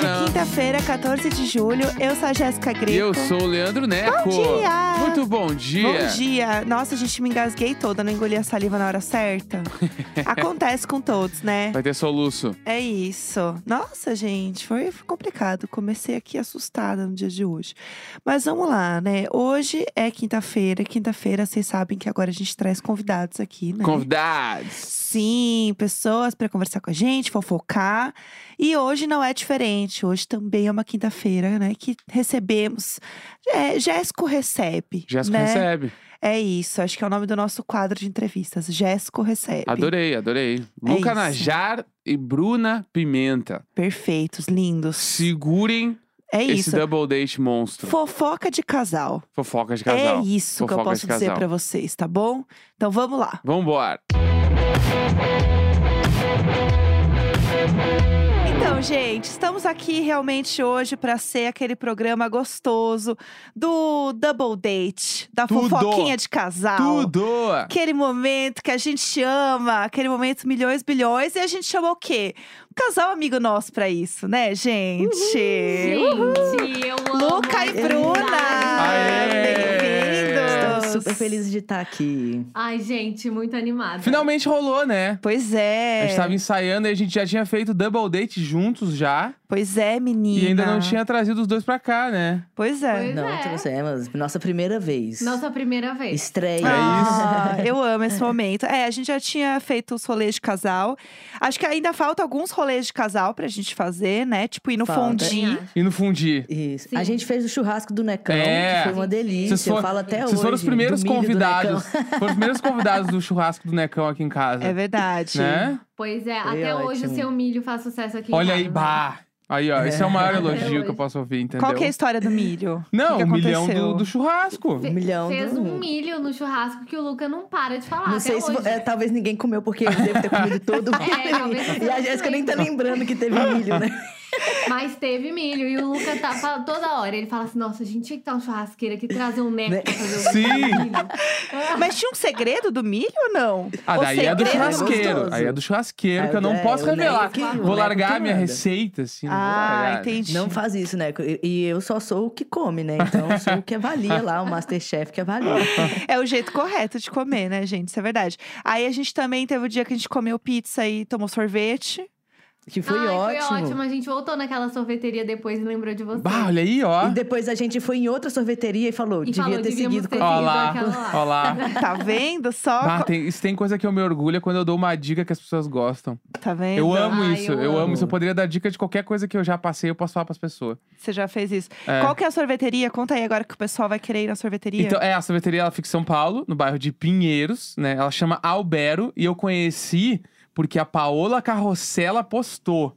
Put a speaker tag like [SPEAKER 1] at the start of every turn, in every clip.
[SPEAKER 1] Segunda-feira, 14 é de julho. Eu sou a Jéssica Greco.
[SPEAKER 2] E eu sou o Leandro Neco.
[SPEAKER 1] Bom dia!
[SPEAKER 2] Muito bom dia!
[SPEAKER 1] Bom dia. Nossa, gente, me engasguei toda, não engoli a saliva na hora certa. Acontece com todos, né?
[SPEAKER 2] Vai ter soluço.
[SPEAKER 1] É isso. Nossa, gente, foi foi complicado. Comecei aqui assustada no dia de hoje. Mas vamos lá, né? Hoje é quinta-feira. Quinta-feira, vocês sabem que agora a gente traz convidados aqui, né?
[SPEAKER 2] Convidados!
[SPEAKER 1] Sim, pessoas para conversar com a gente, fofocar. E hoje não é diferente. Hoje também é uma quinta-feira, né? Que recebemos. É, Jéssico recebe.
[SPEAKER 2] Jéssica
[SPEAKER 1] né?
[SPEAKER 2] recebe.
[SPEAKER 1] É isso. Acho que é o nome do nosso quadro de entrevistas. Jéssico recebe.
[SPEAKER 2] Adorei, adorei. Luca
[SPEAKER 1] É isso.
[SPEAKER 2] Najar e Bruna Pimenta.
[SPEAKER 1] Perfeitos, lindos.
[SPEAKER 2] Segurem
[SPEAKER 1] É
[SPEAKER 2] esse
[SPEAKER 1] isso.
[SPEAKER 2] double date monstro.
[SPEAKER 1] Fofoca de casal.
[SPEAKER 2] Fofoca de casal.
[SPEAKER 1] É isso que eu
[SPEAKER 2] Fofoca de
[SPEAKER 1] posso dizer
[SPEAKER 2] casal.
[SPEAKER 1] pra vocês, tá bom? Então vamos lá.
[SPEAKER 2] Vambora.
[SPEAKER 1] Então, gente, estamos aqui realmente hoje pra ser aquele programa gostoso do double date, da
[SPEAKER 2] Tudo.
[SPEAKER 1] fofoquinha de casal.
[SPEAKER 2] Tudo!
[SPEAKER 1] Aquele momento que a gente ama, aquele momento milhões, bilhões, e a gente chama o quê? Um casal amigo nosso pra isso, né, gente?
[SPEAKER 3] Gente, eu amo.
[SPEAKER 1] Luca e
[SPEAKER 3] esse
[SPEAKER 1] Bruna!
[SPEAKER 3] cenário.
[SPEAKER 2] Aê!
[SPEAKER 1] Bem-vindos!
[SPEAKER 4] Estamos super felizes de estar aqui.
[SPEAKER 3] Ai, gente, muito animada.
[SPEAKER 2] Finalmente rolou, né?
[SPEAKER 1] Pois
[SPEAKER 2] A
[SPEAKER 1] é.
[SPEAKER 2] gente tá tava ensaiando e a gente já tinha feito double date juntos já.
[SPEAKER 1] Pois é, menina.
[SPEAKER 2] E ainda não tinha trazido os dois pra cá, né?
[SPEAKER 1] Pois é.
[SPEAKER 3] Pois
[SPEAKER 4] Não,
[SPEAKER 3] é.
[SPEAKER 4] trouxemos. Nossa primeira vez.
[SPEAKER 3] Nossa primeira vez.
[SPEAKER 4] Estreia.
[SPEAKER 2] É isso.
[SPEAKER 1] Ah, eu amo esse momento. É, a gente já tinha feito os rolês de casal. Acho que ainda falta alguns rolês de casal pra gente fazer, né? Tipo, ir no
[SPEAKER 4] Falta.
[SPEAKER 1] fondue.
[SPEAKER 2] E no fundir.
[SPEAKER 4] Isso.
[SPEAKER 3] Sim.
[SPEAKER 4] A gente fez o churrasco do Necão,
[SPEAKER 2] É.
[SPEAKER 4] que foi uma delícia.
[SPEAKER 2] Vocês foram-
[SPEAKER 4] Eu falo até
[SPEAKER 1] É
[SPEAKER 4] hoje.
[SPEAKER 2] Vocês foram os primeiros
[SPEAKER 4] do milho do
[SPEAKER 2] convidados.
[SPEAKER 4] Necão.
[SPEAKER 2] Foram os primeiros convidados do churrasco do Necão aqui em casa.
[SPEAKER 1] É verdade.
[SPEAKER 2] Né?
[SPEAKER 3] Pois é,
[SPEAKER 4] Foi
[SPEAKER 3] até hoje o
[SPEAKER 4] ótimo.
[SPEAKER 3] seu milho faz sucesso aqui. em
[SPEAKER 2] Olha
[SPEAKER 3] casa.
[SPEAKER 2] aí, bah! Aí, ó, esse é o maior elogio
[SPEAKER 3] hoje.
[SPEAKER 2] que eu posso ouvir, entendeu?
[SPEAKER 1] Qual que é a história do milho?
[SPEAKER 2] Não,
[SPEAKER 1] O que
[SPEAKER 2] o
[SPEAKER 1] que
[SPEAKER 2] milhão
[SPEAKER 1] aconteceu?
[SPEAKER 2] do, do churrasco.
[SPEAKER 3] Fe-
[SPEAKER 4] Um milhão
[SPEAKER 3] Fez
[SPEAKER 4] do-
[SPEAKER 3] um milho no churrasco que o Luca não para de falar.
[SPEAKER 4] Não
[SPEAKER 3] até
[SPEAKER 4] sei se.
[SPEAKER 3] hoje.
[SPEAKER 4] é, talvez ninguém comeu, porque eu devo ter comido todo.
[SPEAKER 3] É, talvez você
[SPEAKER 4] e a
[SPEAKER 3] não lembre.
[SPEAKER 4] Jéssica nem tá lembrando que teve milho, né?
[SPEAKER 3] Mas teve milho. E o Luca tá fala- toda hora. Ele fala assim: nossa, a gente tinha que ter um churrasqueiro aqui, trazer um
[SPEAKER 4] Né?"
[SPEAKER 3] neco pra fazer o
[SPEAKER 2] Sim!
[SPEAKER 3] milho.
[SPEAKER 1] Mas tinha um segredo do milho ou não?
[SPEAKER 2] Ah,
[SPEAKER 1] O
[SPEAKER 2] daí é do
[SPEAKER 1] segredo
[SPEAKER 2] churrasqueiro.
[SPEAKER 4] gostoso.
[SPEAKER 2] Aí é do churrasqueiro que eu não
[SPEAKER 4] É,
[SPEAKER 2] posso
[SPEAKER 4] o Neco
[SPEAKER 2] revelar.
[SPEAKER 4] que- o
[SPEAKER 2] Vou
[SPEAKER 4] Neco
[SPEAKER 2] largar
[SPEAKER 4] que
[SPEAKER 2] a minha
[SPEAKER 4] manda.
[SPEAKER 2] receita, assim. não vou
[SPEAKER 1] Ah,
[SPEAKER 2] largar.
[SPEAKER 1] entendi.
[SPEAKER 4] Não faz isso, né? E- E eu só sou o que come, né? Então eu sou o que avalia lá, o Masterchef que avalia.
[SPEAKER 1] É o jeito correto de comer, né, gente? Isso é verdade. Aí a gente também teve o dia que a gente comeu pizza e tomou sorvete.
[SPEAKER 4] Que foi
[SPEAKER 3] Ai,
[SPEAKER 4] ótimo.
[SPEAKER 3] Foi ótimo. A gente voltou naquela sorveteria depois e lembrou de você.
[SPEAKER 2] Bah, olha aí, ó.
[SPEAKER 4] E depois a gente foi em outra sorveteria e falou:
[SPEAKER 3] E
[SPEAKER 4] devia
[SPEAKER 3] falou,
[SPEAKER 4] ter
[SPEAKER 3] devíamos
[SPEAKER 4] seguido
[SPEAKER 3] ter
[SPEAKER 4] com
[SPEAKER 2] Ó
[SPEAKER 3] seguido
[SPEAKER 2] lá,
[SPEAKER 3] aquela lá.
[SPEAKER 2] ó lá.
[SPEAKER 1] Tá vendo? Só.
[SPEAKER 2] Bah, tem, isso tem coisa que eu me orgulho é quando eu dou uma dica que as pessoas gostam.
[SPEAKER 1] Tá vendo?
[SPEAKER 2] Eu amo
[SPEAKER 3] Ai,
[SPEAKER 2] isso,
[SPEAKER 3] eu
[SPEAKER 2] eu amo
[SPEAKER 4] amo.
[SPEAKER 2] isso. Eu poderia dar dica de qualquer coisa que eu já passei, eu posso falar pras pessoas.
[SPEAKER 1] Você já fez isso.
[SPEAKER 2] É.
[SPEAKER 1] Qual que é a sorveteria? Conta aí agora que o pessoal vai querer ir na sorveteria.
[SPEAKER 2] Então, é, a sorveteria ela fica em São Paulo, no bairro de Pinheiros, né? Ela chama Albero e eu conheci porque a Paola Carrossela postou.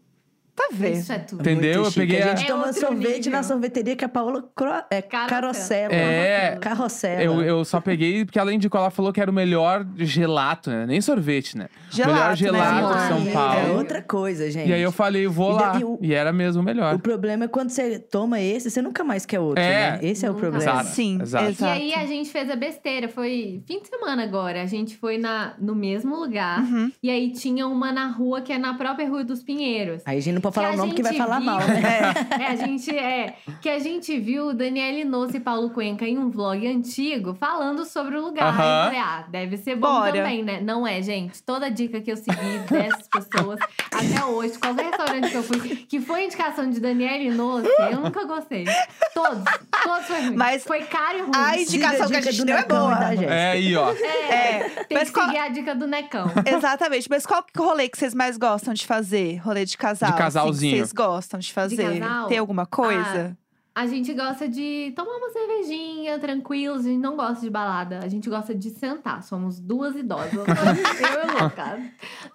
[SPEAKER 1] tá vendo?
[SPEAKER 3] Isso é tudo.
[SPEAKER 2] Entendeu? Eu
[SPEAKER 4] Muito chique.
[SPEAKER 2] peguei
[SPEAKER 4] A
[SPEAKER 2] a-
[SPEAKER 4] gente
[SPEAKER 3] É
[SPEAKER 4] toma
[SPEAKER 3] outro
[SPEAKER 4] sorvete
[SPEAKER 3] nível.
[SPEAKER 4] na sorveteria que a Paola cro... é,
[SPEAKER 3] Carrossela.
[SPEAKER 4] carocela.
[SPEAKER 2] É.
[SPEAKER 4] Carrossela.
[SPEAKER 2] Eu, eu só peguei porque ela indicou, ela falou que era o melhor gelato, né? Nem sorvete, né?
[SPEAKER 1] Gelato,
[SPEAKER 2] melhor
[SPEAKER 1] né?
[SPEAKER 2] gelato de São
[SPEAKER 3] Gelato.
[SPEAKER 4] É
[SPEAKER 2] Paulo.
[SPEAKER 4] outra coisa, gente.
[SPEAKER 2] E aí eu falei, vou
[SPEAKER 4] E
[SPEAKER 2] lá.
[SPEAKER 4] daí o-
[SPEAKER 2] E era mesmo o melhor.
[SPEAKER 4] O problema é quando você toma esse, você nunca mais quer outro,
[SPEAKER 2] É.
[SPEAKER 4] né? Esse é o
[SPEAKER 3] Nunca
[SPEAKER 4] problema.
[SPEAKER 2] Exato.
[SPEAKER 1] Sim,
[SPEAKER 2] exato.
[SPEAKER 3] E
[SPEAKER 1] exato.
[SPEAKER 3] aí a gente fez a besteira, foi fim de semana agora. A gente foi na, no mesmo lugar.
[SPEAKER 1] Uhum.
[SPEAKER 3] E aí tinha uma na rua que é na própria Rua dos Pinheiros.
[SPEAKER 4] Aí a gente não pode
[SPEAKER 3] Que
[SPEAKER 4] falar
[SPEAKER 3] a
[SPEAKER 4] o nome porque vai
[SPEAKER 3] gente
[SPEAKER 4] falar
[SPEAKER 3] viu-
[SPEAKER 4] mal, né?
[SPEAKER 3] É, a gente é. Que a gente viu o Daniel Inosso e Paulo Cuenca em um vlog antigo falando sobre o lugar. Aí
[SPEAKER 2] Aham.
[SPEAKER 3] eu falei, ah, deve ser bom
[SPEAKER 1] Bora.
[SPEAKER 3] também, né? Não é, gente. Toda dica que eu segui dessas pessoas até hoje, qualquer restaurante que eu fui, que foi indicação de Daniel Inosso, eu nunca gostei. Todos, todos foi ruim.
[SPEAKER 1] Mas
[SPEAKER 3] foi caro e ruim.
[SPEAKER 1] a indicação que
[SPEAKER 4] Siga
[SPEAKER 1] a
[SPEAKER 4] dica
[SPEAKER 1] gente
[SPEAKER 4] do né,
[SPEAKER 1] deu é
[SPEAKER 4] Netão e
[SPEAKER 1] boa.
[SPEAKER 4] da Jéssica.
[SPEAKER 2] É aí, ó.
[SPEAKER 3] É, tem
[SPEAKER 1] mas
[SPEAKER 3] que
[SPEAKER 1] qual-
[SPEAKER 3] seguir a dica do Necão.
[SPEAKER 1] Exatamente. Mas qual que é o rolê que vocês mais gostam de fazer? Rolê de casal? assim, que
[SPEAKER 2] casalzinho.
[SPEAKER 1] vocês gostam de fazer?
[SPEAKER 3] casal? Ah.
[SPEAKER 1] Tem alguma coisa?
[SPEAKER 3] A gente gosta de tomar uma cervejinha, tranquilo. A gente não gosta de balada. A gente gosta de sentar. Somos duas idosas. eu e o Lucas.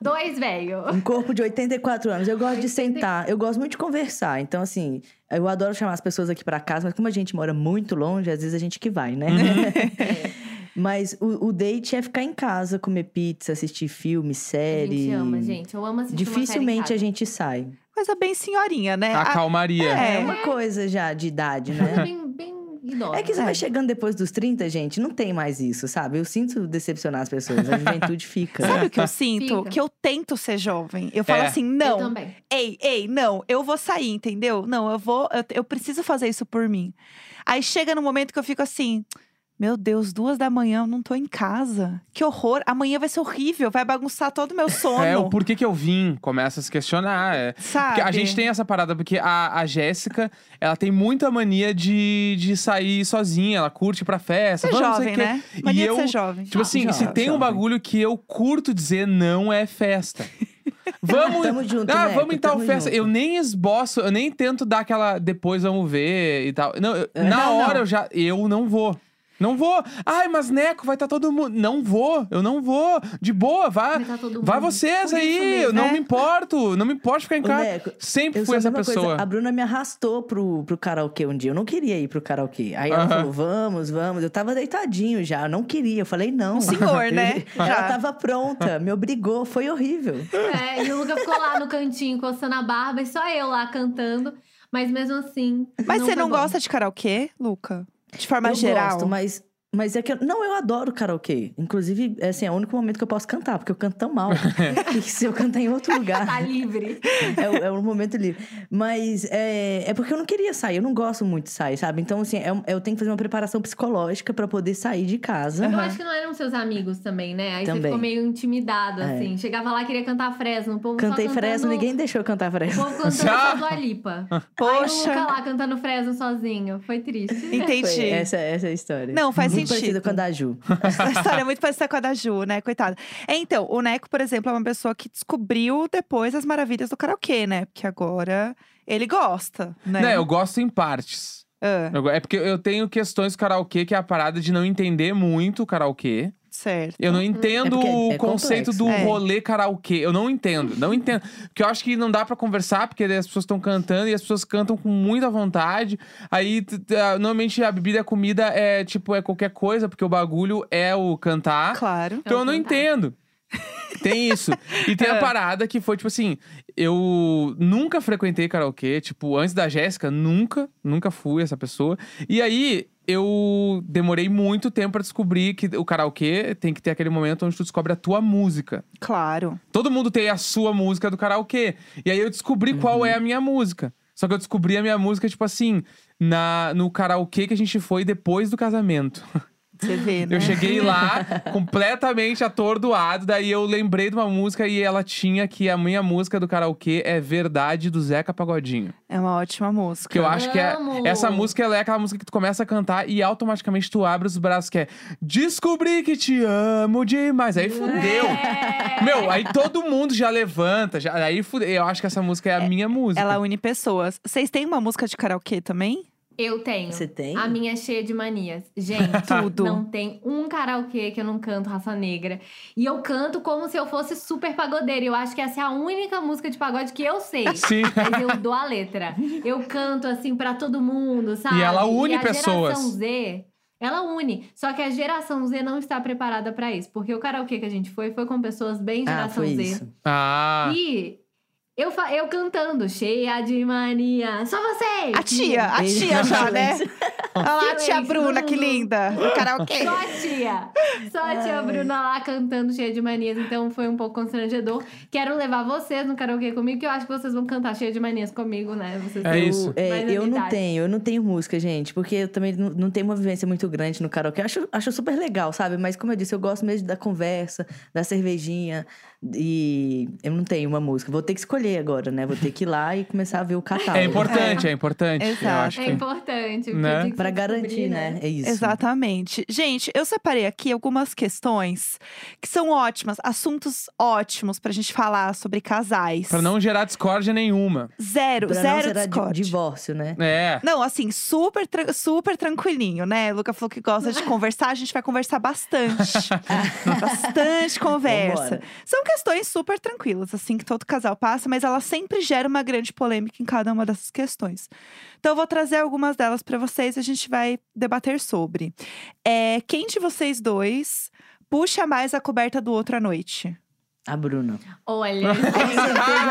[SPEAKER 3] Dois velhos.
[SPEAKER 4] Um corpo de 84 anos. Eu gosto de
[SPEAKER 3] 80.
[SPEAKER 4] sentar, eu gosto muito de conversar. Então, assim, eu adoro chamar as pessoas aqui pra casa, mas como a gente mora muito longe, às vezes a gente que vai, né?
[SPEAKER 3] Uhum.
[SPEAKER 4] mas o, o date é ficar em casa, comer pizza, assistir filme,
[SPEAKER 3] A
[SPEAKER 4] série.
[SPEAKER 3] gente ama, gente. Eu amo assistir
[SPEAKER 4] Dificilmente a
[SPEAKER 3] uma série em casa.
[SPEAKER 4] gente sai.
[SPEAKER 1] Coisa bem senhorinha, né?
[SPEAKER 2] A
[SPEAKER 1] Ah,
[SPEAKER 2] calmaria.
[SPEAKER 1] É.
[SPEAKER 4] É uma coisa já de idade,
[SPEAKER 3] Coisa
[SPEAKER 4] né?
[SPEAKER 3] Bem, bem idosa.
[SPEAKER 4] É que você
[SPEAKER 1] É.
[SPEAKER 4] vai chegando depois dos 30, gente, não tem mais isso, sabe? Eu sinto decepcionar as pessoas, a juventude fica.
[SPEAKER 1] Sabe o que eu sinto?
[SPEAKER 3] Fica.
[SPEAKER 1] Que eu tento ser jovem. Eu falo
[SPEAKER 2] É.
[SPEAKER 1] assim,
[SPEAKER 3] Eu
[SPEAKER 1] não,
[SPEAKER 3] também.
[SPEAKER 1] ei, ei, não, eu vou sair, entendeu? Não, eu vou, eu, eu preciso fazer isso por mim. Aí chega no momento que eu fico assim. Meu Deus, duas da manhã, eu não tô em casa. Que horror. Amanhã vai ser horrível, vai bagunçar todo o meu sono.
[SPEAKER 2] É, o porquê que eu vim começa a se questionar. É.
[SPEAKER 1] Sabe?
[SPEAKER 2] Porque a gente tem essa parada, porque a, a Jéssica, ela tem muita mania de, de sair sozinha, ela curte ir pra festa.
[SPEAKER 1] Ser
[SPEAKER 2] vamos, não sei o
[SPEAKER 1] jovem,
[SPEAKER 2] quê.
[SPEAKER 1] né?
[SPEAKER 2] E
[SPEAKER 1] Mania
[SPEAKER 2] eu-
[SPEAKER 1] de ser jovem.
[SPEAKER 2] Tipo assim,
[SPEAKER 4] Jovem,
[SPEAKER 2] se tem um
[SPEAKER 4] jovem.
[SPEAKER 2] bagulho que eu curto dizer, não é festa. Vamos.
[SPEAKER 4] Tamo junto,
[SPEAKER 2] ah,
[SPEAKER 4] Neco,
[SPEAKER 2] vamos em tal
[SPEAKER 4] tamo
[SPEAKER 2] festa.
[SPEAKER 4] junto.
[SPEAKER 2] Eu nem esboço, eu nem tento dar aquela depois vamos ver e tal. Não, eu-
[SPEAKER 4] É.
[SPEAKER 2] na
[SPEAKER 4] Não,
[SPEAKER 2] hora
[SPEAKER 4] não.
[SPEAKER 2] eu já. Eu não vou. Não vou. Ai, mas Neco, vai estar todo mundo. Não vou, eu não vou. De boa, vá.
[SPEAKER 4] Ah,
[SPEAKER 3] Vai tá todo mundo.
[SPEAKER 2] Vai vocês
[SPEAKER 3] Por
[SPEAKER 2] aí,
[SPEAKER 3] isso mesmo.
[SPEAKER 2] eu não
[SPEAKER 1] né?
[SPEAKER 2] me importo, não me importo ficar em
[SPEAKER 4] Ô,
[SPEAKER 2] casa.
[SPEAKER 4] Neco,
[SPEAKER 2] Sempre
[SPEAKER 4] Eu
[SPEAKER 2] fui
[SPEAKER 4] sou a
[SPEAKER 2] essa
[SPEAKER 4] mesma
[SPEAKER 2] pessoa.
[SPEAKER 4] Coisa. A Bruna me arrastou pro, pro karaokê um dia. Eu não queria ir pro karaokê. Aí ela
[SPEAKER 2] Aham.
[SPEAKER 4] falou: vamos, vamos. Eu tava deitadinho já, eu não queria. Eu falei, não.
[SPEAKER 1] Um senhor, né? Já.
[SPEAKER 4] Ela tava pronta, me obrigou, foi horrível.
[SPEAKER 3] É, e o Luca ficou lá no cantinho coçando a barba e só eu lá cantando. Mas mesmo assim.
[SPEAKER 1] Mas você
[SPEAKER 3] foi
[SPEAKER 1] não
[SPEAKER 3] bom.
[SPEAKER 1] gosta de karaokê, Luca? De forma
[SPEAKER 4] eu
[SPEAKER 1] geral.
[SPEAKER 4] gosto, mas, mas é que. eu- não, eu adoro karaokê. Inclusive, é, assim, é o único momento que eu posso cantar, porque eu canto tão mal. que se eu cantar em outro
[SPEAKER 3] Tá
[SPEAKER 4] lugar,
[SPEAKER 3] livre.
[SPEAKER 4] é, o- é um momento livre. Mas é, é porque eu não queria sair, eu não gosto muito de sair, sabe? Então, assim, é um- eu tenho que fazer uma preparação psicológica pra poder sair de casa.
[SPEAKER 3] Eu acho que não eram seus amigos também, né? Aí você
[SPEAKER 4] Também.
[SPEAKER 3] ficou meio intimidado,
[SPEAKER 4] É.
[SPEAKER 3] assim. Chegava lá, queria cantar Fresno. O povo só
[SPEAKER 4] Cantei
[SPEAKER 3] cantando-
[SPEAKER 4] Fresno, ninguém deixou eu cantar
[SPEAKER 3] O
[SPEAKER 4] Fresno.
[SPEAKER 3] povo cantando
[SPEAKER 2] Já?
[SPEAKER 3] só Dua Lipa. Aí o Luca
[SPEAKER 1] Poxa,
[SPEAKER 3] lá cantando Fresno sozinho. Foi triste.
[SPEAKER 1] entendi.
[SPEAKER 4] Foi, essa, essa é a história.
[SPEAKER 1] Não, faz
[SPEAKER 4] Muito
[SPEAKER 1] sentido.
[SPEAKER 4] parecida com a da Ju.
[SPEAKER 1] Essa história é muito parecida com a da Ju, né? Coitada. É, Então, o Neco, por exemplo, é uma pessoa que descobriu depois as maravilhas do karaokê, né? Porque agora ele gosta, né?
[SPEAKER 2] Não, eu gosto em partes.
[SPEAKER 1] Ah,
[SPEAKER 2] Eu go- É porque eu tenho questões com karaokê, que é a parada de não entender muito o karaokê.
[SPEAKER 1] certo.
[SPEAKER 2] Eu não entendo
[SPEAKER 4] porque é-
[SPEAKER 2] o
[SPEAKER 4] é
[SPEAKER 2] conceito
[SPEAKER 4] complexo.
[SPEAKER 2] do
[SPEAKER 1] É.
[SPEAKER 2] rolê karaokê. Eu não entendo, não entendo. Porque eu acho que não dá pra conversar, porque daí as pessoas estão cantando e as pessoas cantam com muita vontade. Aí, t- t- ah, normalmente, a bebida e a comida é tipo, é qualquer coisa, porque o bagulho é o cantar.
[SPEAKER 1] Claro.
[SPEAKER 2] Então eu não
[SPEAKER 3] Então tá. É.
[SPEAKER 2] entendo. Tem isso. E tem a parada que foi, tipo assim, eu nunca frequentei karaokê, tipo, antes da Jéssica, nunca, nunca fui essa pessoa. E aí, eu demorei muito tempo pra descobrir que o karaokê tem que ter aquele momento onde tu descobre a tua música.
[SPEAKER 1] Claro.
[SPEAKER 2] Todo mundo tem a sua música do karaokê. E aí eu descobri
[SPEAKER 3] Uhum.
[SPEAKER 2] qual é a minha música. Só que eu descobri a minha música, tipo assim, na, no karaokê que a gente foi depois do casamento.
[SPEAKER 1] Você vê, né?
[SPEAKER 2] Eu cheguei lá completamente atordoado, daí eu lembrei de uma música e ela tinha que a minha música do karaokê é Verdade do Zeca Pagodinho.
[SPEAKER 1] É uma ótima música.
[SPEAKER 2] Que eu acho que é,
[SPEAKER 3] Amo!
[SPEAKER 2] essa música ela é aquela música que tu começa a cantar e automaticamente tu abre os braços, que é Descobri que te amo demais. Aí fudeu.
[SPEAKER 3] É.
[SPEAKER 2] Meu, aí todo mundo já levanta, já, aí fudeu. Eu acho que essa música é a minha música.
[SPEAKER 1] Ela une pessoas. Vocês têm uma música de karaokê também?
[SPEAKER 3] Eu tenho.
[SPEAKER 4] Você tem?
[SPEAKER 3] A minha é cheia de manias. Gente,
[SPEAKER 1] Tudo.
[SPEAKER 3] não tem um karaokê que eu não canto raça negra. E eu canto como se eu fosse super pagodeira. Eu acho que essa é a única música de pagode que eu sei.
[SPEAKER 2] Sim.
[SPEAKER 3] Mas eu dou a letra. Eu canto assim pra todo mundo, sabe?
[SPEAKER 2] E ela une
[SPEAKER 3] a
[SPEAKER 2] pessoas.
[SPEAKER 3] Geração Z, ela une. Só que a geração Z não está preparada pra isso, porque o karaokê que a gente foi foi com pessoas bem
[SPEAKER 4] Ah,
[SPEAKER 3] geração
[SPEAKER 4] foi
[SPEAKER 3] Z.
[SPEAKER 4] isso.
[SPEAKER 2] Ah.
[SPEAKER 3] E eu, fa- eu cantando, cheia de mania. Só vocês!
[SPEAKER 1] A tia, a
[SPEAKER 4] Beijo.
[SPEAKER 1] tia já, né? Olha lá, a tia
[SPEAKER 3] Silêncio,
[SPEAKER 1] Bruna,
[SPEAKER 3] não,
[SPEAKER 1] que
[SPEAKER 3] não.
[SPEAKER 1] linda. No karaokê.
[SPEAKER 3] Só a tia. Só a tia Bruna lá cantando cheia de manias. Então foi um pouco constrangedor. Quero levar vocês no karaokê comigo, que eu acho que vocês vão cantar cheia de manias comigo, né? Vocês
[SPEAKER 2] É
[SPEAKER 3] têm
[SPEAKER 2] isso.
[SPEAKER 4] É,
[SPEAKER 3] mais
[SPEAKER 4] eu não
[SPEAKER 3] habilidade.
[SPEAKER 4] tenho, eu não tenho música, gente, porque eu também não, não tenho uma vivência muito grande no karaokê. Eu Acho, acho super legal, sabe? Mas como eu disse, eu gosto mesmo da conversa, da cervejinha. E eu não tenho uma música. Vou ter que escolher agora, né? Vou ter que ir lá e começar a ver o catálogo.
[SPEAKER 2] É importante, é, importante. Eu
[SPEAKER 1] Exato.
[SPEAKER 2] acho
[SPEAKER 3] É
[SPEAKER 2] que...
[SPEAKER 3] importante. porque
[SPEAKER 2] Né?
[SPEAKER 3] tem que
[SPEAKER 4] Pra
[SPEAKER 3] se
[SPEAKER 4] garantir,
[SPEAKER 3] descobrir,
[SPEAKER 4] né? É isso.
[SPEAKER 1] Exatamente. Gente, eu separei aqui algumas questões que são ótimas, assuntos ótimos pra gente falar sobre casais.
[SPEAKER 2] Pra não gerar discórdia nenhuma.
[SPEAKER 1] Zero,
[SPEAKER 4] Pra não
[SPEAKER 1] zero
[SPEAKER 4] gerar di-
[SPEAKER 1] discórdia.
[SPEAKER 4] divórcio, né?
[SPEAKER 2] É.
[SPEAKER 1] Não, assim, super, tra- super tranquilinho, né? Luca falou que gosta de conversar, a gente vai conversar bastante. bastante conversa.
[SPEAKER 4] Vambora.
[SPEAKER 1] São questões super tranquilas, assim, que todo casal passa, mas ela sempre gera uma grande polêmica em cada uma dessas questões. Então, eu vou trazer algumas delas pra vocês e a gente vai debater sobre. É, quem de vocês dois puxa mais a coberta do outro à noite?
[SPEAKER 4] A Bruna.
[SPEAKER 3] Olha,